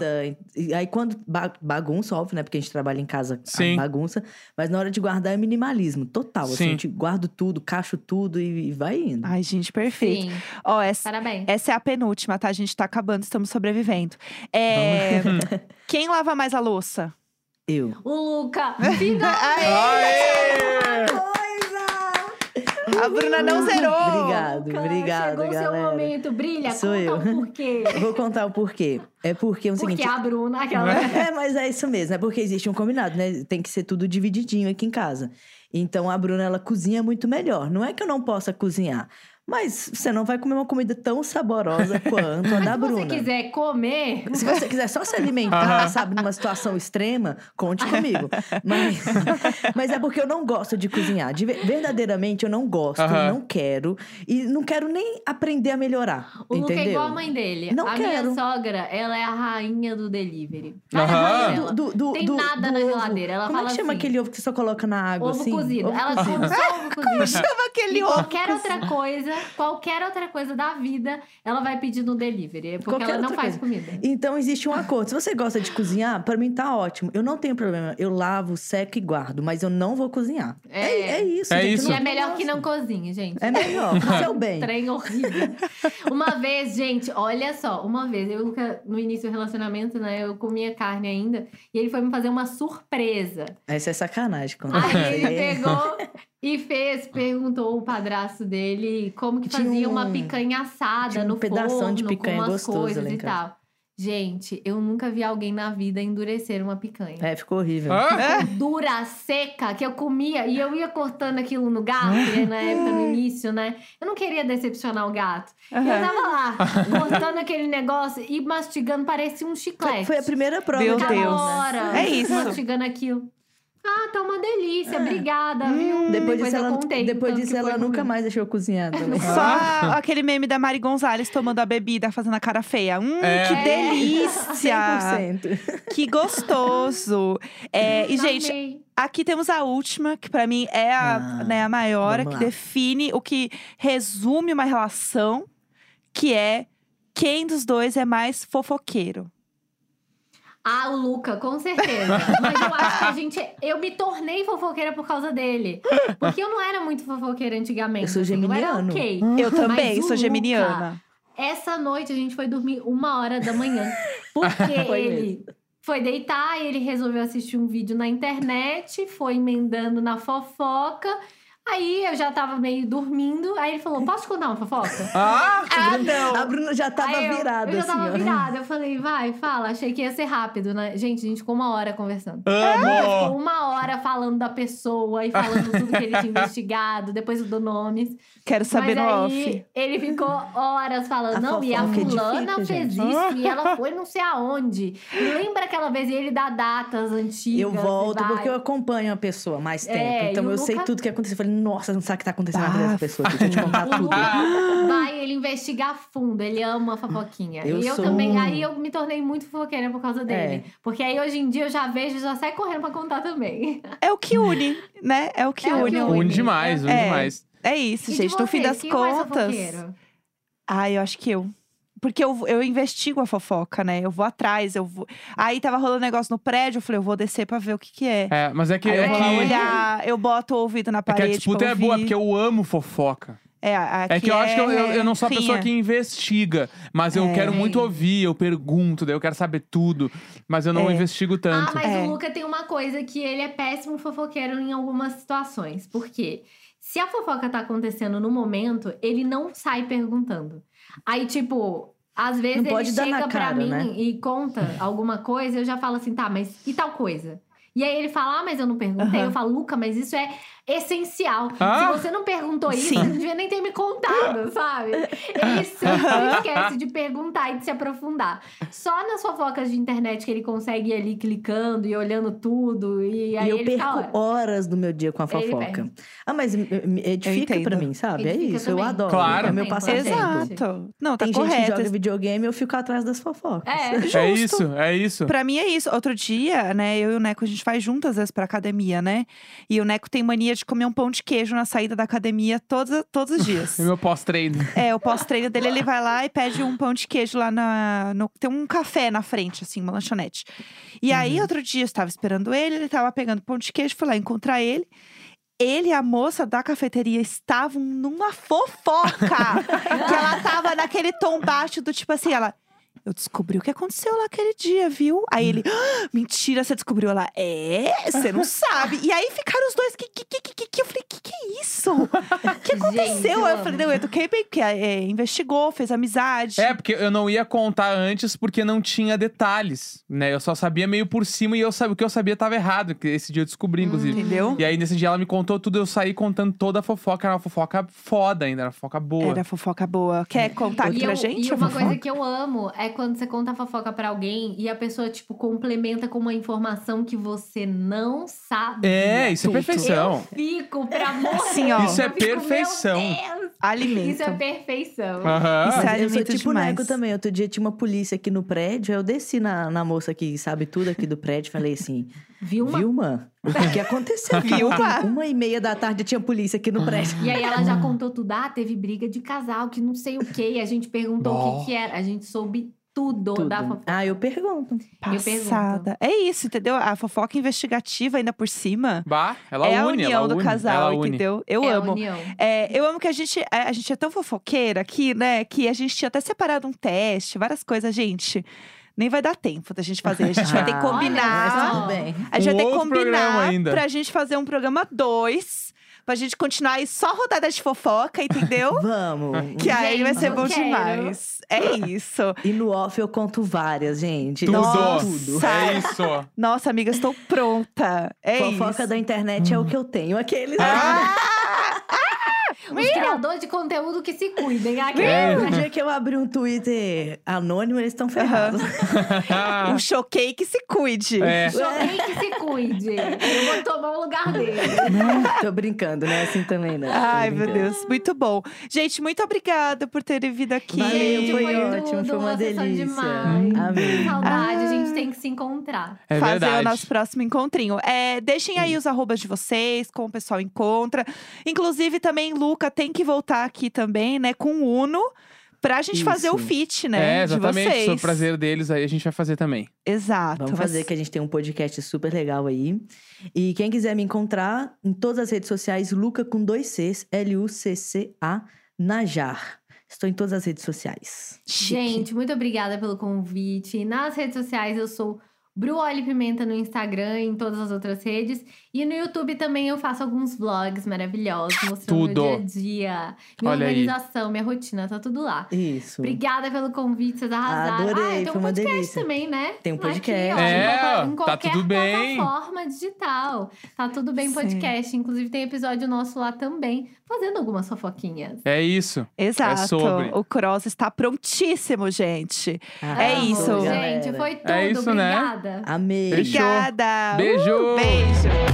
[SPEAKER 4] E, e aí quando ba- bagunça, óbvio, né? Porque a gente trabalha em casa, a
[SPEAKER 2] Sim.
[SPEAKER 4] bagunça. Mas na hora de guardar é minimalismo, total. Assim,
[SPEAKER 2] Sim.
[SPEAKER 4] a gente guarda tudo, cacho tudo e, e vai indo.
[SPEAKER 1] Ai, gente, perfeito.
[SPEAKER 3] Sim,
[SPEAKER 1] Ó, essa,
[SPEAKER 3] parabéns.
[SPEAKER 1] Essa é a penúltima, tá? A gente tá acabando, estamos sobrevivendo. É, Quem lava mais a louça?
[SPEAKER 4] Eu.
[SPEAKER 3] O Luca, finalmente.
[SPEAKER 2] Aê!
[SPEAKER 1] A Bruna não zerou!
[SPEAKER 4] Obrigado,
[SPEAKER 3] Luca,
[SPEAKER 4] obrigado,
[SPEAKER 3] Chegou o seu
[SPEAKER 4] galera.
[SPEAKER 3] momento, brilha,
[SPEAKER 4] Sou
[SPEAKER 3] conta
[SPEAKER 4] eu.
[SPEAKER 3] o porquê.
[SPEAKER 4] Vou contar o porquê. É porque é o
[SPEAKER 3] Porque
[SPEAKER 4] seguinte.
[SPEAKER 3] a Bruna, aquela...
[SPEAKER 4] É, mas é isso mesmo. É porque existe um combinado, né? Tem que ser tudo divididinho aqui em casa. Então a Bruna, ela cozinha muito melhor. Não é que eu não possa cozinhar, mas você não vai comer uma comida tão saborosa quanto a é da
[SPEAKER 3] Se
[SPEAKER 4] Bruna.
[SPEAKER 3] você quiser comer,
[SPEAKER 4] Se você quiser só se alimentar, sabe, numa situação extrema, conte comigo. Mas, mas é porque eu não gosto de cozinhar. De ve- verdadeiramente, eu não gosto,
[SPEAKER 2] Aham.
[SPEAKER 4] não quero. E não quero nem aprender a melhorar.
[SPEAKER 3] o Luca
[SPEAKER 4] entendeu?
[SPEAKER 3] é igual a mãe dele.
[SPEAKER 4] Não
[SPEAKER 3] a
[SPEAKER 4] quero.
[SPEAKER 3] minha sogra, ela é a rainha do delivery.
[SPEAKER 2] Aham.
[SPEAKER 3] Ela é a rainha
[SPEAKER 2] Ah.
[SPEAKER 4] Do-
[SPEAKER 3] dela.
[SPEAKER 4] do- do-
[SPEAKER 3] Tem
[SPEAKER 4] do-
[SPEAKER 3] nada
[SPEAKER 4] do
[SPEAKER 3] na
[SPEAKER 4] ovo.
[SPEAKER 3] geladeira. Ela
[SPEAKER 4] Como é
[SPEAKER 3] fala
[SPEAKER 4] que chama
[SPEAKER 3] assim,
[SPEAKER 4] aquele ovo que você coloca na água,
[SPEAKER 3] ovo
[SPEAKER 4] assim?
[SPEAKER 3] cozido. É.
[SPEAKER 4] Ovo
[SPEAKER 3] ela
[SPEAKER 4] cozido.
[SPEAKER 3] come só ovo cozido.
[SPEAKER 1] Chama
[SPEAKER 3] E
[SPEAKER 1] aquele ovo.
[SPEAKER 3] qualquer outra coisa, qualquer outra coisa da vida, ela vai pedir no delivery. é Porque
[SPEAKER 4] Qualquer
[SPEAKER 3] ela não
[SPEAKER 4] outra
[SPEAKER 3] faz
[SPEAKER 4] coisa.
[SPEAKER 3] comida.
[SPEAKER 4] Então existe um acordo. Se você gosta de cozinhar, pra mim tá ótimo. Eu não tenho problema. Eu lavo, seco e guardo, mas eu não vou cozinhar. É,
[SPEAKER 3] É.
[SPEAKER 4] é isso.
[SPEAKER 2] É
[SPEAKER 4] gente, eu
[SPEAKER 2] isso.
[SPEAKER 3] E
[SPEAKER 4] não
[SPEAKER 3] é melhor
[SPEAKER 4] gosto.
[SPEAKER 3] que não cozinhe, gente.
[SPEAKER 4] É melhor, pro seu bem.
[SPEAKER 3] um Trem horrível. Uma vez, gente, olha só, uma vez, eu nunca- no início do relacionamento, né, eu comia carne ainda, e ele foi me fazer uma surpresa.
[SPEAKER 4] Essa é sacanagem. Quando
[SPEAKER 3] Aí ele
[SPEAKER 4] É.
[SPEAKER 3] pegou e fez, perguntou o padrasto dele como que
[SPEAKER 4] Tinha
[SPEAKER 3] fazia
[SPEAKER 4] um-
[SPEAKER 3] uma picanha assada
[SPEAKER 4] tinha um
[SPEAKER 3] no
[SPEAKER 4] pedação
[SPEAKER 3] forno,
[SPEAKER 4] de picanha
[SPEAKER 3] com umas
[SPEAKER 4] gostoso
[SPEAKER 3] coisas
[SPEAKER 4] lá em
[SPEAKER 3] e
[SPEAKER 4] casa.
[SPEAKER 3] tal. Gente, eu nunca vi alguém na vida endurecer uma picanha.
[SPEAKER 4] É, ficou horrível.
[SPEAKER 2] Ah,
[SPEAKER 1] É.
[SPEAKER 3] dura, seca, que eu comia e eu ia cortando aquilo no gato, né, na época, no início, né? Eu não queria decepcionar o gato. Eu
[SPEAKER 1] Aham.
[SPEAKER 3] tava lá, cortando aquele negócio e mastigando, parecia um chiclete.
[SPEAKER 4] Foi a primeira prova.
[SPEAKER 1] Meu
[SPEAKER 4] de
[SPEAKER 3] Ficava
[SPEAKER 1] Deus.
[SPEAKER 4] amor, né?
[SPEAKER 3] horas
[SPEAKER 1] É isso.
[SPEAKER 3] Mastigando aquilo. Ah, tá uma delícia, obrigada, viu?
[SPEAKER 4] É. Hum, Depois disso,
[SPEAKER 3] eu
[SPEAKER 4] ela,
[SPEAKER 3] contei
[SPEAKER 4] depois
[SPEAKER 3] tanto
[SPEAKER 4] disso,
[SPEAKER 3] que foi
[SPEAKER 4] ela
[SPEAKER 3] comigo.
[SPEAKER 4] nunca mais deixou cozinhar. também.
[SPEAKER 1] Só aquele meme da Mari Gonzalez tomando a bebida, fazendo a cara feia. Hum,
[SPEAKER 2] É.
[SPEAKER 1] que
[SPEAKER 3] É.
[SPEAKER 1] delícia!
[SPEAKER 4] 100%.
[SPEAKER 1] que gostoso! É, e, gente,
[SPEAKER 3] Amei.
[SPEAKER 1] Aqui temos a última, que pra mim é a,
[SPEAKER 4] Ah,
[SPEAKER 1] né, a maior, a
[SPEAKER 4] vamos
[SPEAKER 1] que
[SPEAKER 4] lá.
[SPEAKER 1] define o que resume uma relação, que é quem dos dois é mais fofoqueiro.
[SPEAKER 3] Ah, o Luca, com certeza. Mas eu acho que a gente. Eu me tornei fofoqueira por causa dele. Porque eu não era muito fofoqueira antigamente.
[SPEAKER 4] Eu sou
[SPEAKER 3] assim,
[SPEAKER 4] geminiano.
[SPEAKER 3] Eu era ok.
[SPEAKER 1] Eu
[SPEAKER 3] Mas
[SPEAKER 1] também
[SPEAKER 3] o
[SPEAKER 1] sou geminiana.
[SPEAKER 3] Essa noite a gente foi dormir uma hora da manhã. Porque
[SPEAKER 4] Foi
[SPEAKER 3] ele foi deitar e ele resolveu assistir um vídeo na internet, foi emendando na fofoca. Aí eu já tava meio dormindo. Aí ele falou: Posso te contar uma fofoca?
[SPEAKER 2] ah,
[SPEAKER 1] Ah, não!
[SPEAKER 4] A Bruna já tava
[SPEAKER 3] Aí eu-
[SPEAKER 4] virada,
[SPEAKER 3] Eu já
[SPEAKER 4] assim,
[SPEAKER 3] tava
[SPEAKER 4] ó.
[SPEAKER 3] virada. Eu falei, vai, fala. Achei que ia ser rápido, né? Gente, a gente ficou uma hora conversando. Ficou
[SPEAKER 2] amo!
[SPEAKER 3] uma hora falando da pessoa e falando tudo que ele tinha investigado, depois eu dou nomes.
[SPEAKER 1] Quero saber
[SPEAKER 3] Mas
[SPEAKER 1] no
[SPEAKER 3] aí
[SPEAKER 1] off.
[SPEAKER 3] ele ficou horas falando,
[SPEAKER 4] A
[SPEAKER 3] não, e a
[SPEAKER 4] fofoca
[SPEAKER 3] fulana
[SPEAKER 4] edifica,
[SPEAKER 3] fez
[SPEAKER 4] gente."
[SPEAKER 3] isso e ela foi não sei aonde. Lembra aquela vez e ele dá datas antigas.
[SPEAKER 4] Eu volto,
[SPEAKER 3] e vai.
[SPEAKER 4] porque eu acompanho a pessoa há mais
[SPEAKER 3] É,
[SPEAKER 4] tempo. então
[SPEAKER 3] e o
[SPEAKER 4] eu sei
[SPEAKER 3] Luca-
[SPEAKER 4] tudo que aconteceu. Eu falei, nossa, não sabe o que tá acontecendo na vida dessa
[SPEAKER 1] Bafo.
[SPEAKER 4] pessoa. Deixa eu te contar
[SPEAKER 3] O
[SPEAKER 4] tá tudo.
[SPEAKER 3] Luca vai ele investigar a fundo, ele ama a fofoquinha.
[SPEAKER 4] Eu
[SPEAKER 3] e eu
[SPEAKER 4] sou- um
[SPEAKER 3] também, aí eu me tornei muito fofoqueira por causa dele.
[SPEAKER 4] É.
[SPEAKER 3] Porque aí hoje em dia eu já vejo e já sai correndo pra contar também.
[SPEAKER 1] É o que une, né? É o que
[SPEAKER 3] É o que
[SPEAKER 1] une.
[SPEAKER 3] une.
[SPEAKER 2] Um demais, um
[SPEAKER 1] É.
[SPEAKER 2] demais.
[SPEAKER 1] É isso,
[SPEAKER 3] E de
[SPEAKER 1] gente. No fim
[SPEAKER 3] vocês,
[SPEAKER 1] das
[SPEAKER 3] quem é o mais
[SPEAKER 1] contas.
[SPEAKER 3] fofoqueiro?
[SPEAKER 1] Ah, eu acho que eu. Porque eu, eu investigo a fofoca, né? Eu vou atrás, eu vou. Aí tava rolando um negócio no prédio, eu falei, eu vou descer pra ver o que que é.
[SPEAKER 2] É, mas é que,
[SPEAKER 1] Aí eu
[SPEAKER 2] é
[SPEAKER 1] vou lá
[SPEAKER 2] que,
[SPEAKER 1] olhar, eu boto o ouvido na
[SPEAKER 2] é que a
[SPEAKER 1] parede.
[SPEAKER 2] disputa
[SPEAKER 1] pra
[SPEAKER 2] é boa,
[SPEAKER 1] ouvir.
[SPEAKER 2] porque eu amo fofoca.
[SPEAKER 1] É, a, a
[SPEAKER 2] É que eu acho que eu, eu- eu não sou a pessoa
[SPEAKER 1] rinha.
[SPEAKER 2] que investiga, mas eu
[SPEAKER 1] É.
[SPEAKER 2] quero muito ouvir, eu pergunto, daí eu quero saber tudo, mas eu não
[SPEAKER 1] É.
[SPEAKER 2] investigo
[SPEAKER 3] Ah,
[SPEAKER 2] tanto.
[SPEAKER 3] mas
[SPEAKER 1] É.
[SPEAKER 3] o Luca tem uma coisa que ele é péssimo fofoqueiro em algumas situações. Por quê? Se a fofoca tá acontecendo no momento, ele não sai perguntando. Aí, tipo, às vezes
[SPEAKER 4] Não
[SPEAKER 3] ele
[SPEAKER 4] pode dar na
[SPEAKER 3] chega pra
[SPEAKER 4] cara,
[SPEAKER 3] mim
[SPEAKER 4] né?
[SPEAKER 3] e conta alguma coisa, eu já falo assim, tá, mas e tal coisa? E aí ele fala, ah, mas eu não perguntei.
[SPEAKER 1] Aham.
[SPEAKER 3] Eu falo, Luca, mas isso é essencial.
[SPEAKER 2] Ah!
[SPEAKER 3] Se você não perguntou isso,
[SPEAKER 1] Sim.
[SPEAKER 3] você não devia nem ter me contado, sabe? Ele sempre esquece de perguntar e de se aprofundar. Só nas fofocas de internet que ele consegue ir ali clicando e olhando tudo. E aí
[SPEAKER 4] e eu
[SPEAKER 3] ele
[SPEAKER 4] perco
[SPEAKER 3] fala.
[SPEAKER 4] horas do meu dia com a
[SPEAKER 3] Ele
[SPEAKER 4] fofoca. Ah, mas me- me edifica
[SPEAKER 1] entendo.
[SPEAKER 4] pra mim, sabe? É
[SPEAKER 3] Edifica
[SPEAKER 4] isso, eu
[SPEAKER 3] também.
[SPEAKER 4] adoro.
[SPEAKER 2] Claro.
[SPEAKER 4] É meu
[SPEAKER 3] Também,
[SPEAKER 4] passatempo.
[SPEAKER 3] gente.
[SPEAKER 1] Exato. Não, tá
[SPEAKER 4] Tem gente que
[SPEAKER 1] correto.
[SPEAKER 4] joga videogame e eu fico atrás das fofocas.
[SPEAKER 3] É,
[SPEAKER 2] É
[SPEAKER 1] Justo.
[SPEAKER 2] isso, é isso.
[SPEAKER 1] Pra mim é isso. Outro dia, né, eu e o Neco, a gente vai juntas às vezes pra academia, né? E o Neco tem mania de comer um pão de queijo na saída da academia todos, todos os dias.
[SPEAKER 2] É meu pós-treino.
[SPEAKER 1] é, o pós-treino dele, ele vai lá e pede um pão de queijo lá na. no- tem um café na frente, assim, uma lanchonete. E
[SPEAKER 3] Uhum.
[SPEAKER 1] aí, outro dia, eu estava esperando ele, ele tava pegando pão de queijo, fui lá encontrar ele. Ele e a moça da cafeteria estavam numa fofoca. que ela tava naquele tom baixo do tipo assim, ela. Eu descobri o que aconteceu lá aquele dia, viu? Aí ele, "Ah, mentira, você descobriu ela. É, você não sabe. E aí ficaram os dois, que que que que, que, que? Eu falei, que que é isso? O que aconteceu?
[SPEAKER 3] Gente, eu
[SPEAKER 1] eu falei,
[SPEAKER 3] amo.
[SPEAKER 1] não, eu eduquei bem, porque é, investigou, fez amizade.
[SPEAKER 2] É, porque eu não ia contar antes porque não tinha detalhes, né? Eu só sabia meio por cima e eu sabia, o que eu sabia tava errado, que esse dia eu descobri, inclusive.
[SPEAKER 1] Hum, Entendeu?
[SPEAKER 2] E aí, nesse dia, ela me contou tudo, eu saí contando toda a fofoca. Era uma fofoca foda ainda, era uma fofoca boa.
[SPEAKER 1] Era fofoca boa. Quer contar tá aqui
[SPEAKER 3] É. e,
[SPEAKER 1] pra
[SPEAKER 3] eu-
[SPEAKER 1] gente?
[SPEAKER 3] e
[SPEAKER 1] a
[SPEAKER 3] uma
[SPEAKER 1] fofoca?
[SPEAKER 3] coisa que eu amo é quando você conta a fofoca pra alguém e a pessoa, tipo, complementa com uma informação que você não sabe.
[SPEAKER 2] É, isso
[SPEAKER 1] Tudo.
[SPEAKER 2] é perfeição.
[SPEAKER 3] Fico pra morrer.
[SPEAKER 1] Assim, ó.
[SPEAKER 2] Isso é
[SPEAKER 3] Eu fico, meu
[SPEAKER 2] perfeição. Ah.
[SPEAKER 3] Deus,
[SPEAKER 1] Alimento.
[SPEAKER 3] Isso é perfeição.
[SPEAKER 2] Aham.
[SPEAKER 1] Isso é
[SPEAKER 4] Mas eu sou
[SPEAKER 1] alimento
[SPEAKER 4] tipo
[SPEAKER 1] demais.
[SPEAKER 4] Neco também. Outro dia tinha uma polícia aqui no prédio. Eu desci na, na moça que sabe tudo aqui do prédio e falei assim:
[SPEAKER 3] Viu uma
[SPEAKER 4] Vilma, o que aconteceu? aqui
[SPEAKER 1] Vilma?
[SPEAKER 4] ontem? Uma e meia da tarde tinha polícia aqui no prédio.
[SPEAKER 3] E aí ela já contou tudo. Ah, teve briga de casal, que não sei o quê. E a gente perguntou o que, que era. A gente soube tudo,
[SPEAKER 4] Tudo.
[SPEAKER 3] da fofoca.
[SPEAKER 4] Ah, eu pergunto.
[SPEAKER 3] eu pergunto.
[SPEAKER 1] Passada. É isso, entendeu? A fofoca investigativa ainda por cima.
[SPEAKER 2] Bah, ela
[SPEAKER 1] é
[SPEAKER 2] une,
[SPEAKER 1] a união
[SPEAKER 2] ela
[SPEAKER 1] do
[SPEAKER 2] une,
[SPEAKER 1] casal,
[SPEAKER 2] ela une.
[SPEAKER 1] entendeu? Eu
[SPEAKER 3] É a
[SPEAKER 1] amo.
[SPEAKER 3] união.
[SPEAKER 1] É, eu amo que a gente, a, a gente é tão fofoqueira aqui, né? Que a gente tinha até separado um teste, várias coisas, gente. Nem vai dar tempo da gente fazer. A gente vai ter que
[SPEAKER 4] Ah,
[SPEAKER 1] combinar.
[SPEAKER 3] Olha
[SPEAKER 4] Mas
[SPEAKER 3] tá
[SPEAKER 4] tudo bem.
[SPEAKER 1] A gente
[SPEAKER 2] Um
[SPEAKER 1] vai ter que
[SPEAKER 2] outro programa
[SPEAKER 1] combinar
[SPEAKER 2] ainda.
[SPEAKER 1] pra gente fazer um programa 2. Pra gente continuar aí só rodada de fofoca,
[SPEAKER 3] Uh!
[SPEAKER 1] entendeu?
[SPEAKER 4] Vamos.
[SPEAKER 1] Ah, que aí vai ser
[SPEAKER 3] Gente,
[SPEAKER 1] bom
[SPEAKER 3] eu quero.
[SPEAKER 1] demais. É isso.
[SPEAKER 4] E no off eu conto várias, gente.
[SPEAKER 2] Tudo.
[SPEAKER 1] Nossa.
[SPEAKER 2] É isso.
[SPEAKER 1] Nossa, amiga, estou pronta. É
[SPEAKER 4] Fofoca
[SPEAKER 1] isso. Hum. Ah!
[SPEAKER 4] da internet é o que eu tenho. Aqueles.
[SPEAKER 3] Os criadores de conteúdo que se cuidem. Aqui.
[SPEAKER 2] É.
[SPEAKER 4] No dia que eu abri um Twitter anônimo, eles estão ferrados.
[SPEAKER 1] Um choquei que se cuide.
[SPEAKER 2] Ah. é.
[SPEAKER 3] Joguei que se cuide. Eu vou tomar o lugar dele.
[SPEAKER 4] Tô brincando, né? Assim também, né?
[SPEAKER 1] Ai, meu Deus, muito bom. Gente, muito obrigada por terem vindo aqui.
[SPEAKER 4] Valeu,
[SPEAKER 3] Gente,
[SPEAKER 4] foi
[SPEAKER 3] tudo,
[SPEAKER 4] ótimo, foi uma
[SPEAKER 3] sessão
[SPEAKER 4] delícia.
[SPEAKER 3] Demais.
[SPEAKER 4] Amém.
[SPEAKER 3] Saudade, a gente tem que se encontrar.
[SPEAKER 2] É
[SPEAKER 1] fazer
[SPEAKER 2] verdade.
[SPEAKER 1] o nosso próximo encontrinho. É, deixem aí os arrobas de vocês, como o pessoal encontra. Inclusive, também, Luca tem que voltar aqui também, né, com o Uno, pra gente
[SPEAKER 4] Isso.
[SPEAKER 1] fazer o fit, né?
[SPEAKER 2] É,
[SPEAKER 1] de
[SPEAKER 2] exatamente.
[SPEAKER 1] vocês.
[SPEAKER 2] Sobre o prazer deles aí, a gente vai fazer também.
[SPEAKER 1] Exato.
[SPEAKER 4] Vamos
[SPEAKER 1] vai
[SPEAKER 4] fazer
[SPEAKER 1] ser-
[SPEAKER 4] que a gente tem um podcast super legal aí. E quem quiser me encontrar em todas as redes sociais, Luca com dois Cs, L-U-C-C-A, Najar. Estou em todas as redes sociais.
[SPEAKER 1] Chique.
[SPEAKER 3] Gente, muito obrigada pelo convite. Nas redes sociais eu sou Bruoli Pimenta no Instagram e em todas as outras redes. E no YouTube também eu faço alguns vlogs maravilhosos, mostrando
[SPEAKER 2] Tudo.
[SPEAKER 3] meu dia a dia, minha
[SPEAKER 2] Olha aí.
[SPEAKER 3] organização, minha rotina, tá tudo lá.
[SPEAKER 4] Isso.
[SPEAKER 3] Obrigada pelo convite, vocês arrasaram.
[SPEAKER 4] Adorei,
[SPEAKER 3] ah, e tem um
[SPEAKER 4] foi uma
[SPEAKER 3] podcast
[SPEAKER 4] delícia.
[SPEAKER 3] também, né?
[SPEAKER 4] Tem um
[SPEAKER 3] Aqui, ó,
[SPEAKER 4] podcast.
[SPEAKER 2] É,
[SPEAKER 3] em qualquer, em
[SPEAKER 2] tá
[SPEAKER 3] qualquer
[SPEAKER 2] tudo bem.
[SPEAKER 3] plataforma digital. Tá tudo bem
[SPEAKER 1] Sim.
[SPEAKER 3] podcast. Inclusive tem episódio nosso lá também, fazendo algumas fofoquinhas.
[SPEAKER 2] É isso.
[SPEAKER 1] Exato.
[SPEAKER 2] É sobre.
[SPEAKER 1] O Cross está prontíssimo, gente. É
[SPEAKER 4] Arrasou,
[SPEAKER 1] isso.
[SPEAKER 3] Gente,
[SPEAKER 4] galera.
[SPEAKER 3] foi tudo.
[SPEAKER 2] É isso, né?
[SPEAKER 3] Obrigada.
[SPEAKER 4] Amei.
[SPEAKER 2] Fechou.
[SPEAKER 1] Obrigada.
[SPEAKER 2] Beijo.
[SPEAKER 1] Uh, beijo.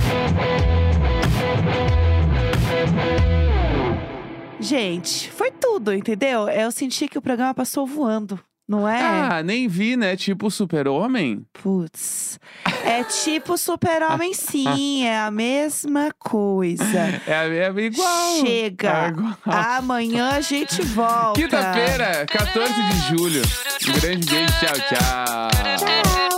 [SPEAKER 1] Gente, foi tudo, entendeu? Eu senti que o programa passou voando, não é?
[SPEAKER 2] Ah, nem vi, né? Tipo super-homem.
[SPEAKER 1] Putz. É tipo super-homem, sim. É a mesma coisa.
[SPEAKER 2] É, é igual.
[SPEAKER 1] Chega.
[SPEAKER 2] É igual.
[SPEAKER 1] Amanhã a gente volta.
[SPEAKER 2] Quinta-feira, 14 de julho. Um grande beijo. Tchau, tchau.
[SPEAKER 1] Tchau.